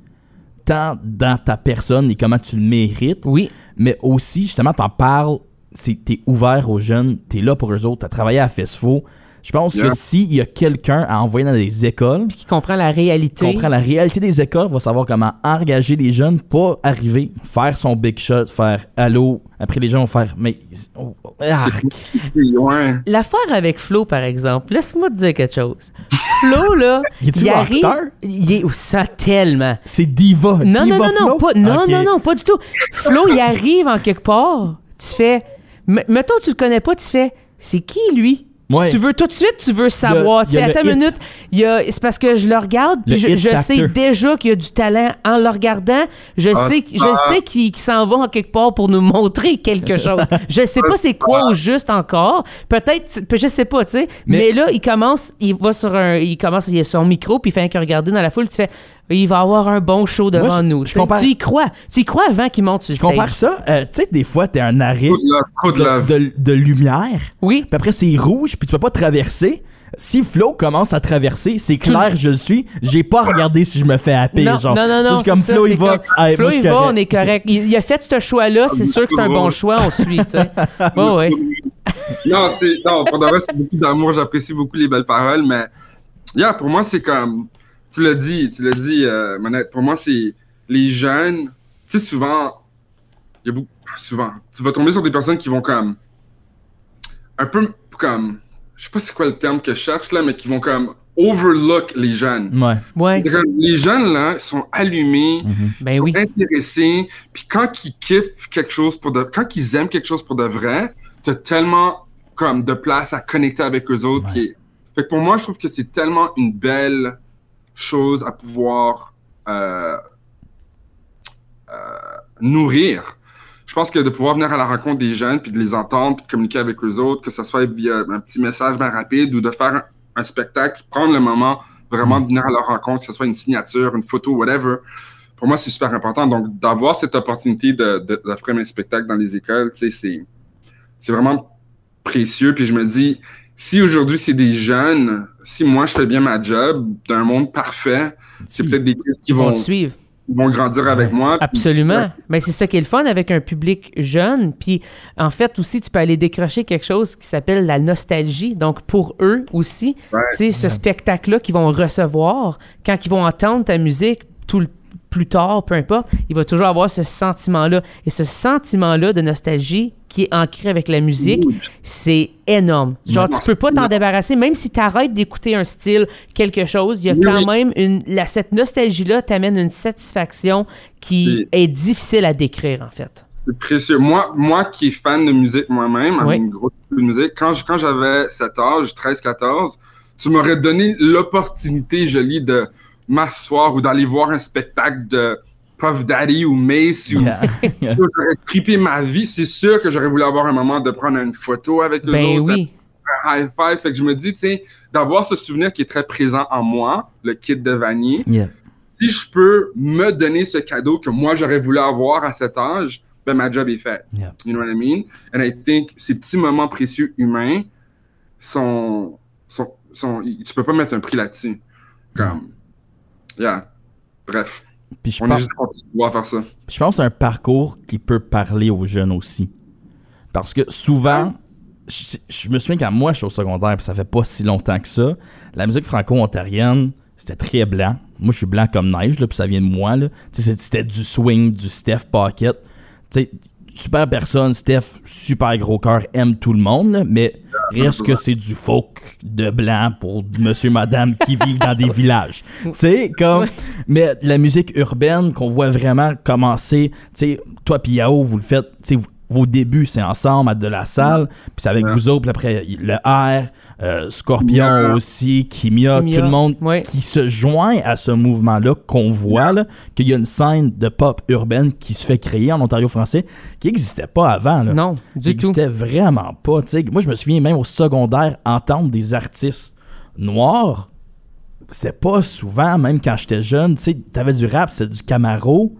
tant dans ta personne et comment tu le mérites.
Oui.
Mais aussi, justement, t'en parles, c'est, t'es ouvert aux jeunes, t'es là pour eux autres, t'as travaillé à FESFO. Je pense yeah. que s'il y a quelqu'un à envoyer dans les écoles.
Puis qui comprend la réalité.
Qui comprend la réalité des écoles, va savoir comment engager les jeunes, pas arriver, faire son big shot, faire allô. Après, les gens vont faire mais. Oh,
L'affaire avec Flo, par exemple, laisse-moi te dire quelque chose. Flo, là.
il est-tu
arrive, il est ça tellement.
C'est diva.
Non,
diva
non, non, non,
Flo?
pas, non, okay. non, non, pas du tout. Flo, il arrive en quelque part, tu fais. Mettons, tu le connais pas, tu fais. C'est qui lui? Ouais. Tu veux tout de suite, tu veux savoir. Le, tu fais, attends une minute, c'est parce que je le regarde, puis le je, je sais déjà qu'il y a du talent en le regardant. Je ah, sais, je ah. sais qu'il qu s'en va en quelque part pour nous montrer quelque chose. je sais pas c'est quoi au juste encore. Peut-être, je sais pas, tu sais. Mais, mais, là, il commence, il va sur un, il commence, il est sur un micro, puis il fait un regarder dans la foule, tu fais, il va avoir un bon show devant Moi, je, nous. Je compare... Tu y crois. Tu y crois avant qu'il monte sur le
stage. Je compare ça. Euh, tu sais, des fois, t'es un arrêt
de,
de, de, de, lumière.
Oui.
Puis après, c'est rouge, puis tu peux pas traverser. Si Flo commence à traverser, c'est clair, Tout... je le suis. J'ai pas regardé si je me fais happer,
non,
genre.
Non, non, non.
Juste comme
ça,
Flo, il va.
Hey, Flo, moi, il va, correct. on est correct. Il, il a fait ce choix-là, c'est sûr que c'est un bon choix, on suit, tu sais. Bon, ouais.
non, c'est, non, pour de c'est beaucoup d'amour. J'apprécie beaucoup les belles paroles, mais, yeah, pour moi, c'est comme, tu l'as dit, tu l'as dit, euh, Manette. Pour moi, c'est les jeunes. Tu sais, souvent, il y a beaucoup, ah, souvent, tu vas tomber sur des personnes qui vont comme un peu comme, je sais pas c'est quoi le terme que je cherche là, mais qui vont comme overlook les jeunes.
Ouais.
ouais.
Comme, les jeunes là sont allumés, mm -hmm.
ben
sont
oui.
intéressés, puis quand ils kiffent quelque chose pour de, quand ils aiment quelque chose pour de vrai, t'as tellement comme de place à connecter avec eux autres. Ouais. Qui... Fait que pour moi, je trouve que c'est tellement une belle chose à pouvoir euh, euh, nourrir. Je pense que de pouvoir venir à la rencontre des jeunes, puis de les entendre, puis de communiquer avec eux autres, que ce soit via un petit message bien rapide ou de faire un, un spectacle, prendre le moment vraiment de venir à leur rencontre, que ce soit une signature, une photo, whatever. Pour moi, c'est super important. Donc, d'avoir cette opportunité de, de, de, faire un spectacle dans les écoles, c'est vraiment précieux. Puis je me dis, si aujourd'hui c'est des jeunes, si moi je fais bien ma job, d'un monde parfait, c'est peut-être des kids qui
Ils
vont,
vont suivre.
vont grandir avec moi.
Absolument. Mais c'est ça qui est le fun avec un public jeune. Puis en fait aussi, tu peux aller décrocher quelque chose qui s'appelle la nostalgie. Donc pour eux aussi,
ouais.
tu sais, ce ouais. spectacle-là qu'ils vont recevoir quand ils vont entendre ta musique tout le plus tard, peu importe, il va toujours avoir ce sentiment-là. Et ce sentiment-là de nostalgie qui est ancré avec la musique, c'est énorme. Genre, tu peux pas t'en débarrasser, même si tu arrêtes d'écouter un style, quelque chose, il y a quand même une. La, cette nostalgie-là t'amène une satisfaction qui est difficile à décrire, en fait.
C'est précieux. Moi, moi qui est fan de musique moi-même, avec oui. une grosse de musique, quand, je, quand j'avais cet âge, 13-14, tu m'aurais donné l'opportunité jolie de m'asseoir ou d'aller voir un spectacle de Puff Daddy ou Mace yeah. yeah. j'aurais trippé ma vie. C'est sûr que j'aurais voulu avoir un moment de prendre une photo avec eux
ben
autres,
oui.
un high five. Fait que je me dis, tu d'avoir ce souvenir qui est très présent en moi, le kit de Vanier.
Yeah.
Si je peux me donner ce cadeau que moi j'aurais voulu avoir à cet âge, ben ma job est faite. You know what I mean? And I think ces petits moments précieux humains sont, sont, sont tu peux pas mettre un prix là-dessus. Comme, Yeah. Bref. Puis je on pense, est juste à faire ça.
Je pense que c'est un parcours qui peut parler aux jeunes aussi. Parce que souvent, je, je me souviens quand moi je suis au secondaire, puis ça fait pas si longtemps que ça, la musique franco-ontarienne, c'était très blanc. Moi, je suis blanc comme neige, là, puis ça vient de moi. Là. T'sais, c'était du swing, du Steph Pocket. T'sais, super personne, Steph, super gros cœur, aime tout le monde, là, mais reste que c'est du folk de blanc pour monsieur, madame qui vivent dans des villages. Tu sais, comme, mais la musique urbaine qu'on voit vraiment commencer, tu sais, toi puis Yao, vous le faites, tu sais, vos débuts, c'est ensemble à de la salle, puis c'est avec vous autres, puis après le R, euh, Scorpion
Yeah.
aussi, Kimia,
Kimia,
tout le monde
ouais.
qui se joint à ce mouvement-là qu'on voit, là, qu'il y a une scène de pop urbaine qui se fait créer en Ontario français qui n'existait pas avant. Là.
Non, du tout.
C'était vraiment pas. tu sais. Moi, je me souviens même au secondaire, entendre des artistes noirs, c'était pas souvent, même quand j'étais jeune. Tu sais, t'avais du rap, c'est du Camaro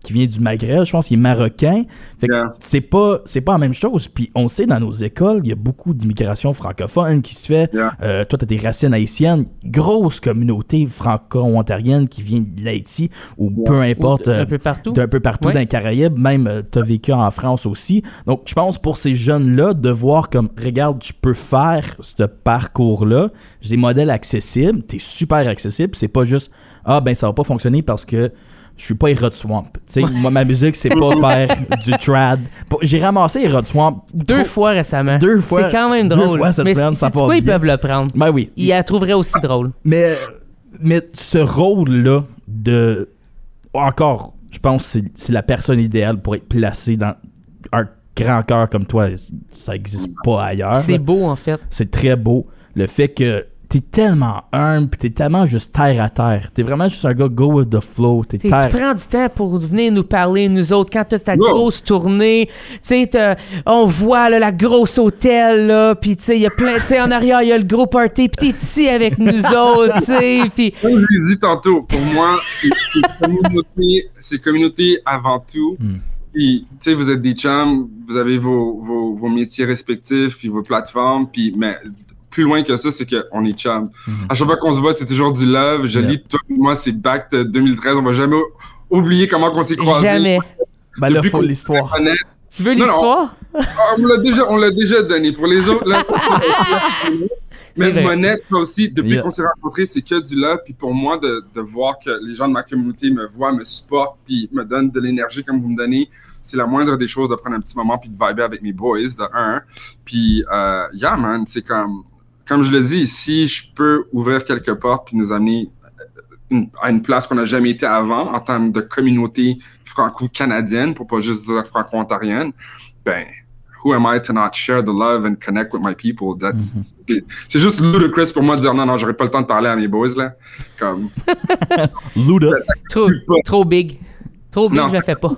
qui vient du Maghreb, je pense qu'il est marocain. Fait que
Yeah.
c'est pas c'est pas la même chose. Puis on sait dans nos écoles, il y a beaucoup d'immigration francophone qui se fait.
Yeah.
Euh, toi, t'as des racines haïtiennes, grosse communauté franco-ontarienne qui vient de l'Haïti ou peu importe
Ou d-
euh,
un peu partout.
d'un peu partout
Ouais.
dans les Caraïbes, même euh, t'as vécu en France aussi. Donc je pense pour ces jeunes-là de voir comme regarde, je peux faire ce parcours-là, j'ai des modèles accessibles, t'es super accessible, c'est pas juste ah ben ça va pas fonctionner parce que je suis pas Rod Swamp. Tu sais, moi ma musique c'est pas faire du trad. Pas- J'ai ramassé Rod Swamp
Deux fois récemment.
Deux fois-
C'est quand même
deux
drôle.
fois cette
Mais
semaine,
c'est-
ça
sais-tu
part
quoi, ils
bien.
peuvent le prendre.
Ben oui.
Ils la trouveraient aussi drôle.
Mais, mais ce rôle-là de. Encore, je pense que c'est- c'est la personne idéale pour être placée dans un grand cœur comme toi. Ça n'existe pas ailleurs.
C'est beau, en fait.
C'est très beau. Le fait que t'es tellement humble, pis t'es tellement juste terre à terre. T'es vraiment juste un gars go with the flow. T'es
T'sais, tu
terre.
prends du temps pour venir nous parler, nous autres, quand t'as ta
Wow.
grosse tournée, tu sais, t'as- on voit là, la grosse hôtel, là, puis tu sais, il y a plein, tu sais, en arrière, il y a le gros party, puis t'es ici avec nous autres, tu sais, puis
Comme je l'ai dit tantôt, pour moi, c'est- c'est communauté, c'est communauté avant tout.
Hmm.
Puis, tu sais, vous êtes des chums, vous avez vos, vos, vos métiers respectifs, puis vos plateformes, puis, mais plus loin que ça, c'est qu'on est chums. À chaque fois qu'on se voit, c'est toujours du love. Je
Hmm. Yeah.
lis tout. Moi, c'est back de 2013. On va jamais ou- oublier comment on s'est croisés.
jamais.
Ben là,
Depuis
faut
qu'on se
l'histoire.
connaît.
Tu veux
Non,
l'histoire?
Ah, on l'a déjà, on l'a déjà donné. Pour les autres, là.
C'est vrai.
Mais Monette, toi aussi, depuis
Yeah.
qu'on s'est rencontrés, c'est que du love. Puis pour moi, de, de voir que les gens de ma communauté me voient, me supportent, puis me donnent de l'énergie comme vous me donnez, c'est la moindre des choses de prendre un petit moment puis de vibrer avec mes boys, de un. Puis, euh, yeah, man, c'est comme, comme je le dis, si je peux ouvrir quelques portes puis nous amener euh, une- à une place qu'on n'a jamais été avant en termes de communauté franco-canadienne, pour pas juste dire franco-ontarienne, ben, who am I to not share the love and connect with my people? That's, c'est- C'est juste ludicrous pour moi de dire non, non, j'aurais pas le temps de parler à mes boys, là. Comme,
Luda.
Trop, trop big. Trop big,
Non.
je le fais pas.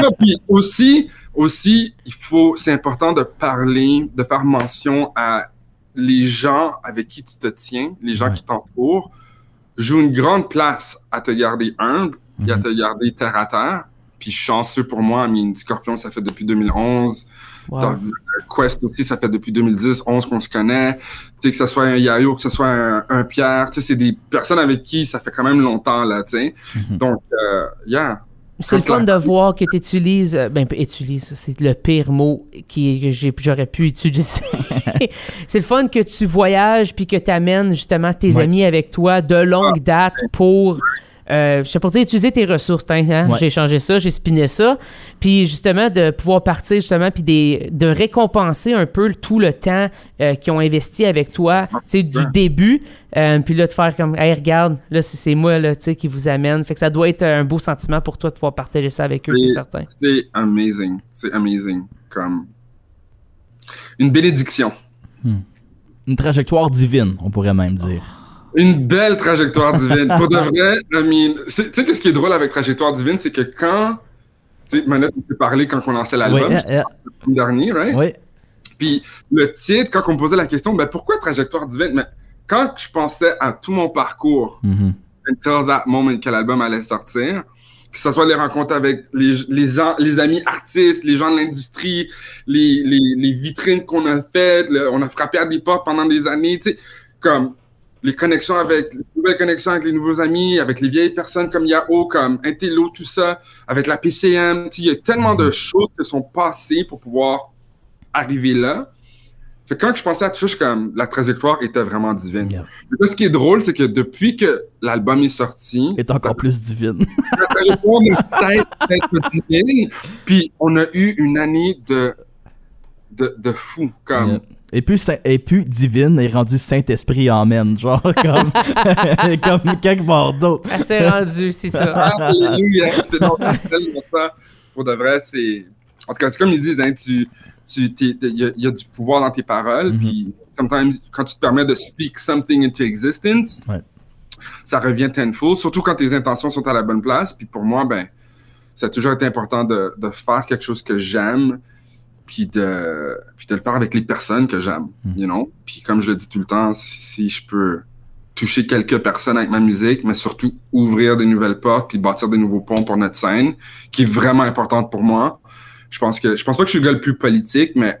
Non, puis aussi, aussi, il faut, c'est important de parler, de faire mention à les gens avec qui tu te tiens, les gens
Ouais.
qui t'entourent, jouent une grande place à te garder humble et à te garder terre à terre. Puis chanceux pour moi, I mean, Scorpion, ça fait depuis 2011.
Wow.
T'as vu, euh, Quest aussi, ça fait depuis 2010, 11 qu'on se connaît. Tu sais, que ce soit un Yayo, que ce soit un, un Pierre, tu sais, c'est des personnes avec qui ça fait quand même longtemps, là, tu sais. Donc, euh, yeah.
C'est le fun de voir que tu utilises, ben, utilises, c'est le pire mot qui, que j'ai- j'aurais pu utiliser. c'est le fun que tu voyages puis que tu amènes justement tes
Ouais. Ah.
amis avec toi de longue date pour, euh, je sais pas dire, utiliser tes ressources. hein, hein.
Ouais.
J'ai changé ça, j'ai spiné ça. Puis justement, de pouvoir partir justement puis des, de récompenser un peu tout le temps euh, qu'ils ont investi avec toi, tu sais, du
Ouais.
début. Euh, puis là, de faire comme, hey, regarde, là, c'est c'est moi, là, tu sais, qui vous amène. Fait que ça doit être un beau sentiment pour toi de pouvoir partager ça avec eux,
Oui.
c'est certain.
C'est amazing. C'est amazing. Comme une bénédiction.
Une trajectoire divine, on pourrait même dire.
Une belle trajectoire divine. Pour de vrai, I mean, c'est- tu sais, qu'est-ce qui est drôle avec trajectoire divine, c'est que quand, tu sais, Manette, on s'est parlé quand on lançait
Oui,
l'album,
eh, eh,
le dernier, right?
oui.
Puis le titre, quand on me posait la question, ben pourquoi trajectoire divine? Mais quand je pensais à tout mon parcours
Mhm.
until that moment que l'album allait sortir, que ce soit les rencontres avec les, les, gens, les amis artistes, les gens de l'industrie, les, les, les vitrines qu'on a faites, le- on a frappé à des portes pendant des années, tu sais, comme les connexions avec, les nouvelles connexions avec les nouveaux amis, avec les vieilles personnes comme Yao, comme Intello, tout ça, avec la PCM, tu sais, il y a tellement de choses qui sont passées pour pouvoir arrivé là. Fait que quand je pensais à tout ça, je, comme, la trajectoire était vraiment divine. Yeah. Là, ce qui est drôle, c'est que depuis que l'album est sorti...
est encore plus divine.
la trajectoire d'être divine. Puis on a eu une année de, de, de fou, comme... Yeah.
Et puis, et puis divine est rendu Saint-Esprit Amen, genre comme, comme quelque part d'autre.
Elle s'est rendue, Ah, c'est ça.
Alléluia, c'est tellement ça. Pour de vrai, c'est... En tout cas, c'est comme ils disent, hein, tu il y, y, a du pouvoir dans tes paroles. Mm -hmm. Puis, sometimes, quand tu te permets de speak something into existence, ouais. ça revient tenfold, surtout quand tes intentions sont à la bonne place. Puis pour moi, ben, ça a toujours été important de, de faire quelque chose que j'aime, puis de, puis de le faire avec les personnes que j'aime, mm -hmm. you know? Puis comme je le dis tout le temps, si, si, je peux toucher quelques personnes avec ma musique, mais surtout ouvrir des nouvelles portes, puis bâtir des nouveaux ponts pour notre scène, qui est vraiment importante pour moi je pense que je pense pas que je suis le gars le plus politique, mais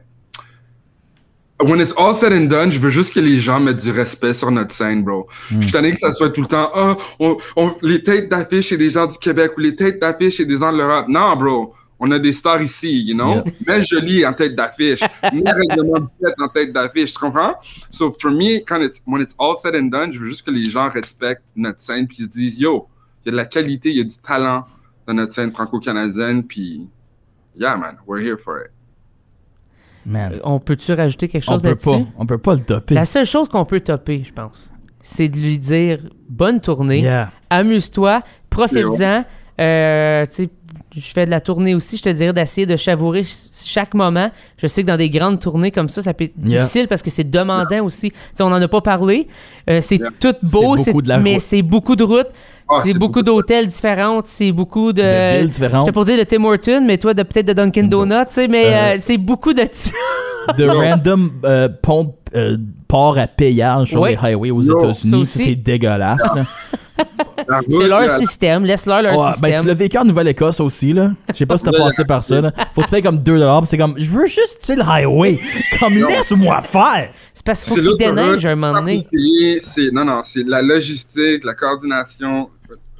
when it's all said and done, je veux juste que les gens mettent du respect sur notre scène, bro. Mm. Je suis que ça soit tout le temps ah, oh, on, on, les têtes d'affiche et des gens du Québec ou les têtes d'affiche et des gens de l'Europe. Non, bro. On a des stars ici, you know? Yeah. Mais jolie en tête d'affiche. Mais règlement 17 en tête d'affiche, tu comprends? So, for me, quand it's, when it's all said and done, je veux juste que les gens respectent notre scène puis se disent, yo, il y a de la qualité, il y a du talent dans notre scène franco-canadienne, puis yeah, man, we're here for it.
Man. Euh, On peut-tu rajouter quelque chose là-dessus?
On peut pas le topper.
La seule chose qu'on peut topper, je pense, c'est de lui dire bonne tournée, yeah. amuse-toi, profite-en. Euh, je fais de la tournée aussi, je te dirais d'essayer de savourer chaque moment. Je sais que dans des grandes tournées comme ça, ça peut être yeah. difficile parce que c'est demandant yeah. aussi. T'sais, on n'en a pas parlé. Euh, c'est tout beau,
c'est
mais c'est beaucoup de routes. Ah, c'est beaucoup, beaucoup d'hôtels différents, c'est beaucoup de.
de villes différentes.
Euh, Je pour dire de Tim Hortons, mais toi, de, peut-être de Dunkin' Donuts, tu sais, mais euh, euh, c'est beaucoup de.
de random euh, pompes, ports à payage sur ouais. les highways aux no. États-Unis, c'est dégueulasse.
c'est leur système, laisse-leur leur, leur ouais, système.
Ben, tu l'as vécu en Nouvelle-Écosse aussi, là. Je sais pas si t'as passé par ça, là. Faut que tu payes comme 2$, c'est comme, je veux juste, tu sais, le highway. Comme, laisse-moi faire.
ah, C'est parce qu'il faut qu'ils déneigent un moment donné.
Non, non, c'est la logistique, la coordination,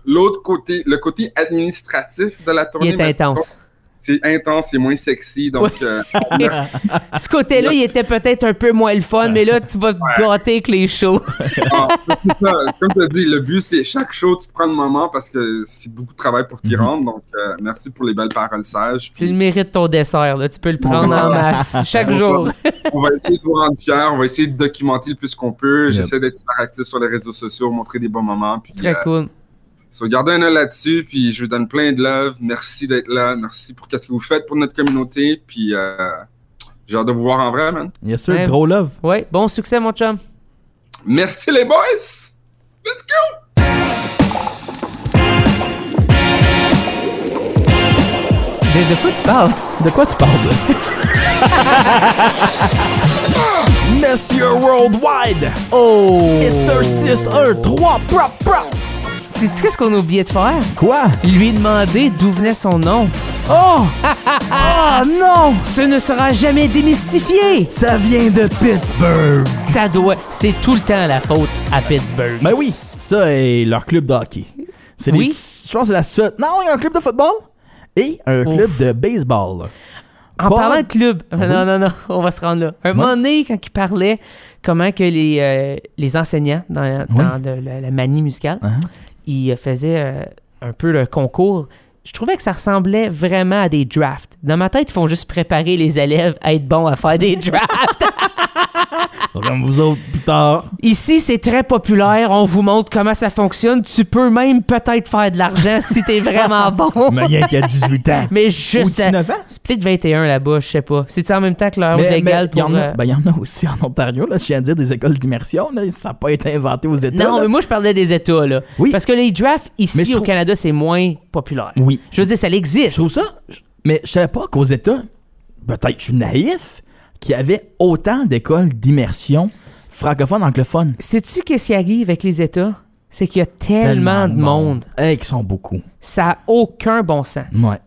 l'autre côté, le côté administratif de la tournée.
Il est intense.
C'est intense, c'est moins sexy, donc... Ouais. Euh,
Ce côté-là, il était peut-être un peu moins le fun, mais là, tu vas te ouais. gâter avec les shows.
ah, c'est ça. Comme tu as dit, le but, c'est chaque show, tu prends le moment parce que c'est beaucoup de travail pour t'y rendre, donc euh, merci pour les belles paroles sages.
Puis... Tu le mérites ton dessert, là. Tu peux le prendre en masse, chaque jour.
on va essayer de vous rendre fiers, on va essayer de documenter le plus qu'on peut. Yep. J'essaie d'être super actif sur les réseaux sociaux, montrer des bons moments. Puis,
Très
euh,
cool.
So, gardez un œil là-dessus, puis je vous donne plein de love. Merci d'être là. Merci pour qu ce que vous faites pour notre communauté. Puis euh, j'ai hâte de vous voir en vrai, man.
Bien sûr, ouais. gros love.
Oui, bon succès, mon chum.
Merci, les boys. Let's go!
De, de quoi tu parles?
De quoi tu parles? Monsieur Worldwide!
Oh!
Mister 613, prop, prop!
Sais-tu qu'est-ce qu'on a oublié de faire?
Quoi?
Lui demander d'où venait son nom.
Oh! Ah oh, non!
Ce ne sera jamais démystifié!
Ça vient de Pittsburgh!
Ça doit. C'est tout le temps la faute à Pittsburgh.
Ben oui, ça est leur club de hockey. C'est
oui?
Les, je pense que c'est la seule. Non, il y a un club de football et un oh. club de baseball.
En Paul... parlant de club, oui. non, non, non, on va se rendre là. Un oui. moment donné, quand il parlait comment que les, euh, les enseignants dans, la, oui. dans le, le, la manie musicale, uh -huh. ils faisaient euh, un peu le concours. Je trouvais que ça ressemblait vraiment à des drafts. Dans ma tête, ils font juste préparer les élèves à être bons à faire des drafts.
Comme vous autres plus tard.
Ici, c'est très populaire. On vous montre comment ça fonctionne. Tu peux même peut-être faire de l'argent si t'es vraiment bon.
mais il y a qu'à 18 ans.
Mais juste.
Ou 19 ans.
C'est peut-être 21 là-bas, je sais pas. C'est-tu en même temps que l'heure légale
pour. Il
euh...
ben, y en a aussi en Ontario, là. Je viens de dire des écoles d'immersion, Ça n'a pas été inventé aux États.
Non,
là.
mais moi, je parlais des États, là. Oui. Parce que les drafts ici au trouve... Canada, c'est moins populaire.
Oui.
Je veux dire, ça existe.
Je trouve ça. Mais je savais pas qu'aux États, peut-être je suis naïf, qu'il y avait autant d'écoles d'immersion francophone anglophone.
Sais-tu qu'est-ce qui arrive avec les États? C'est qu'il y a tellement, tellement, de monde.
et hey, qui sont beaucoup.
Ça n'a aucun bon sens.
Ouais.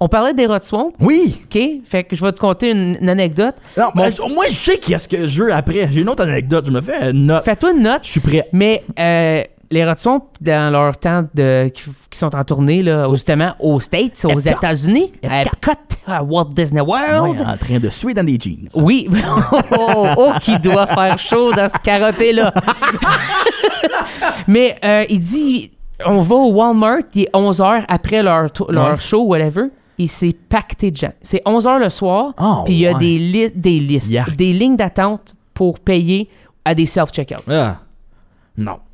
On parlait des Rod Swamp.
Oui.
OK. Fait que je vais te conter une, une anecdote.
Non, mais bon, moi, je
Ah.
sais qu'est-ce que je veux après. J'ai une autre anecdote. Je me fais une note.
Fais-toi une note.
Je suis prêt.
Mais euh, Les Rotsons, dans leur temps de, qui, qui sont en tournée, là, justement, aux States, aux
Epcot.
États-Unis, à Epcot, à Walt Disney World.
Ouais, en train de suer dans des jeans.
Oui, oh, oh, qui doit faire chaud dans ce carotté-là. Mais euh, il dit on va au Walmart, il est 11 h après leur, to- leur
Ouais.
show, whatever. Et c'est pacté de gens. C'est 11 h le soir,
Ah,
puis il y a
ouais.
des, li- des listes,
Yark.
des lignes d'attente pour payer à des self-checkouts.
Ah. Non.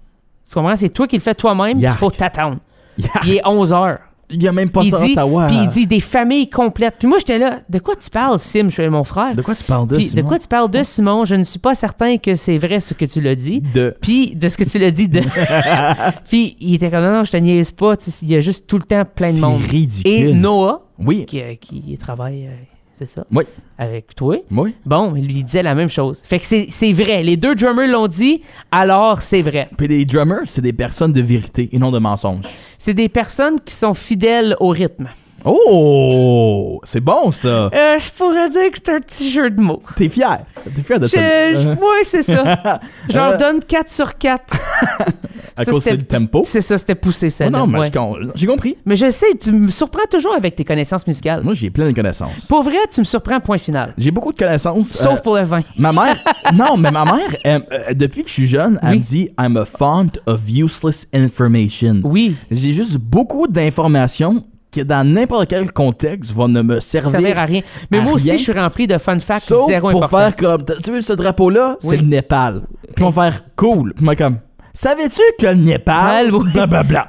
Tu comprends? C'est toi qui le fais toi-même, il
Yark.
faut t'attendre.
Il y a-
Il est 11 h
Il y a même pas
il
ça à
dit,
Ottawa. hein.
puis il dit des familles complètes. Puis moi, j'étais là, de quoi tu parles, Sim? Je suis mon frère.
De quoi tu parles de
Puis, de
Simon? Ah.
quoi tu parles de Simon? Je ne suis pas certain que c'est vrai ce que tu l'as dit.
De-
Puis de ce que tu l'as dit de. Puis il était comme non, non, je te niaise pas. Tu sais, Il y a juste tout le temps plein de
C'est
monde.
ridicule.
Et Noah,
Oui.
qui, euh, qui travaille, euh, c'est ça,
Oui.
avec toi,
Oui.
bon, il lui disait la même chose. Fait que c'est c'est vrai. Les deux drummers l'ont dit, alors c'est vrai.
Puis les drummers, c'est des personnes de vérité et non de mensonges.
C'est des personnes qui sont fidèles au rythme.
Oh! C'est bon, ça!
Euh, je pourrais dire que c'est un petit jeu de mots.
T'es fier. T'es fier de
Je,
ça.
je- ouais, c'est ça. Je leur
Euh.
donne 4 sur 4.
à cause du tempo.
C'est ça, c'était poussé, ça.
Oh non, mais je con- j'ai compris.
Mais je sais, tu me surprends toujours avec tes connaissances musicales.
Moi, Euh, j'ai plein de connaissances.
Pour vrai, tu me surprends, point final.
J'ai beaucoup de connaissances.
Sauf
euh,
pour le vin.
Ma mère, non, mais ma mère, elle- euh, depuis que je suis jeune, elle
Oui.
me dit I'm a font of useless information.
Oui.
J'ai juste beaucoup d'informations qui, dans n'importe quel contexte, vont ne me
Ça
servir,
ne sert à rien. Mais
à
moi aussi,
rien.
je suis rempli de fun facts
Sauf
zéro
pour
important.
faire comme, tu veux ce drapeau-là,
Oui.
c'est le Népal. Puis on va faire cool. Puis moi comme, savais-tu que le Népal,
Mal, oui.
blablabla.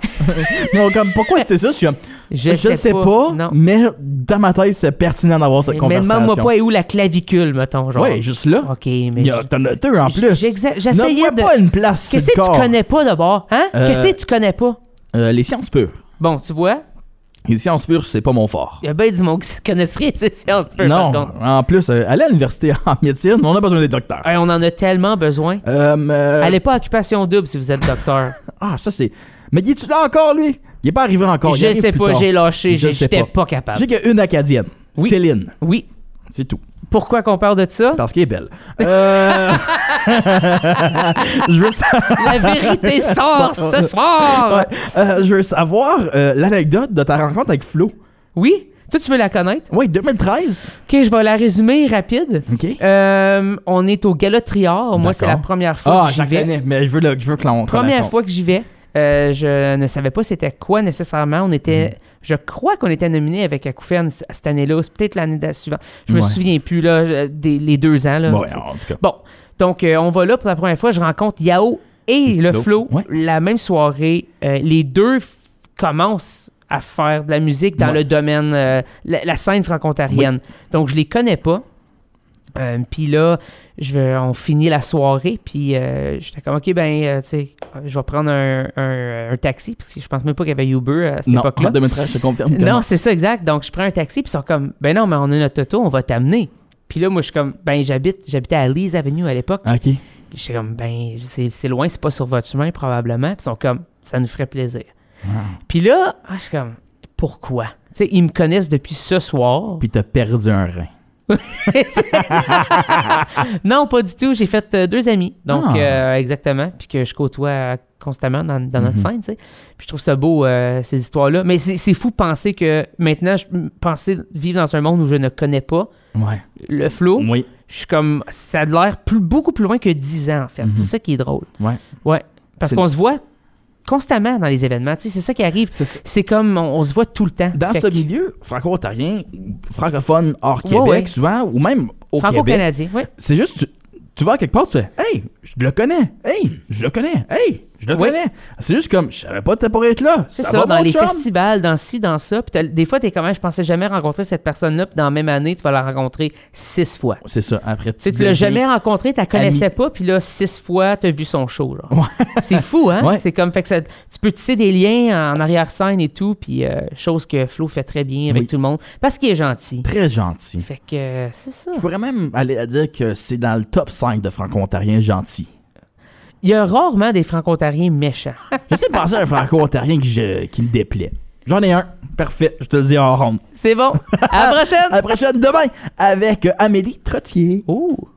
mais on comme, pourquoi c'est ça? Je suis comme,
Je sais
sais
pas.
pas,
Non.
mais dans ma tête, c'est pertinent d'avoir cette
Mais
conversation.
demande-moi pas est où la clavicule, mettons. Genre.
Ouais, juste là.
OK, mais.
Il y a- T'en as deux en plus.
j'exa- j'essayais
Nomme-moi
de-
pas une place sur
Qu'est-ce que
le corps.
tu connais pas d'abord? Hein?
Euh.
Qu'est-ce que tu connais pas?
Euh, les sciences pures.
Bon, tu vois,
Les sciences pures, c'est pas mon fort.
il y a bien du monde qui connaît rien, c'est sciences peu,
non,
par contre.
en plus, euh, aller à l'université en médecine, on a besoin des docteurs.
Hey, on en a tellement besoin.
Euh, euh,
Allez pas à occupation double si vous êtes docteur.
Ah, ça c'est. Mais il est-tu là encore, lui Il est pas arrivé encore. il
je
arrive
sais
plus
pas,
tard.
j'ai lâché,
Je
j'ai-
sais
j'étais
pas.
pas capable.
J'ai qu'il y a une acadienne,
Oui.
Céline.
Oui.
C'est tout.
Pourquoi qu'on parle de ça?
Parce qu'elle est belle. Euh... je, veux sa-
La vérité sort ce soir!
ouais, euh, je veux savoir euh, l'anecdote de ta rencontre avec Flo.
Oui? Toi, tu veux la connaître?
Oui, 2013.
OK, je vais la résumer rapide.
OK.
Euh, on est au Gala Triard. Moi,
D'accord.
c'est la première fois
Ah,
que
je
j'y
la
vais.
connais, mais je veux, le, je veux que l'on. qu'on la
Première
compte.
fois que j'y vais, euh, je ne savais pas c'était quoi nécessairement. On était,
Mm-hmm.
je crois qu'on était nominé avec Acouphène c- cette année-là, c'est peut-être l'année de- suivante. Je me
Ouais.
souviens plus là, je- des- les deux ans là.
Ouais,
Tu sais.
en tout cas.
Bon, donc euh, on va là pour la première fois. Je rencontre Yao et
Et
le Flo
Flo. Ouais.
la même soirée. Euh, les deux f- commencent à faire de la musique dans
Ouais.
le domaine, euh, la, la scène franco-ontarienne. Donc je les connais pas. Euh, puis là, je, vais- on finit la soirée, puis euh, j'étais comme, OK, ben, euh, tu sais, je vais prendre un, un- un taxi, parce que je pense même pas qu'il y avait Uber à cette
Non,
époque-là.
en 2013, je te confirme que non.
Non, c'est ça, exact. Donc, je prends un taxi, puis ils sont comme, ben non, mais on a notre auto, on va t'amener. Puis là, moi, je suis comme, ben, j'habite, j'habitais à Lees Avenue à l'époque.
OK.
J'étais comme, ben, c'est c'est loin, c'est pas sur votre chemin, probablement. Puis ils sont comme, ça nous ferait plaisir. Puis là, ah, je suis comme, pourquoi? Tu sais, ils me connaissent depuis ce soir.
Puis t'as perdu un rein.
non, pas du tout. J'ai fait euh, deux amis. Donc,
Ah.
euh, exactement. Puis que je côtoie euh, constamment dans, dans
Mm-hmm.
notre scène, tu sais. Puis je trouve ça beau, euh, ces histoires-là. Mais c'est c'est fou de penser que maintenant, je pensais vivre dans un monde où je ne connais pas
Ouais.
le flow.
Oui.
Je suis comme, ça a l'air plus, beaucoup plus loin que 10 ans, en fait. C'est ça qui est drôle.
Ouais.
Ouais. Parce
Mm-hmm. C'est-
qu'on se voit constamment dans les événements, tu sais. C'est ça qui arrive.
C'est ça.
C'est comme, on, on se voit tout le temps.
Dans
Fait
ce
que-
milieu franco-ontarien, francophone hors
Ouais,
Québec,
ouais.
souvent, ou même au Québec,
Franco-canadien, oui.
c'est juste, tu, tu vas quelque part, tu fais Hey, je le connais, hey, je le connais, hey, je le
Oui.
connais. C'est juste comme, je savais pas que t'étais pour être là.
C'est
Ça,
ça,
va,
dans
mon
les
chum?
festivals, dans ci, dans ça. Puis t'as- des fois, t'es comme, Ah, je pensais jamais rencontrer cette personne-là, puis dans la même année, tu vas la rencontrer six fois.
C'est ça, après,
Tu
tu
sais, tu l'as
deviens-
jamais rencontré, tu la connaissais pas, puis là, six fois, tu as vu son show. genre. C'est fou, hein?
Ouais.
C'est comme, fait que ça- tu peux tisser des liens en arrière-scène et tout, puis euh, chose que Flo fait très bien avec
Oui.
tout le monde, parce qu'il est gentil.
Très gentil.
Fait que euh, c'est ça.
Je pourrais même aller à dire que c'est dans le top 5 de franco-ontariens gentils.
Il y a rarement des Franco-Ontariens méchants.
J'essaie de penser à un franco-ontarien qui, je- qui me déplaît. J'en ai un. Parfait. Je te le dis en ronde.
c'est bon. À la prochaine!
À la prochaine demain avec euh, Amélie Trottier.
Oh!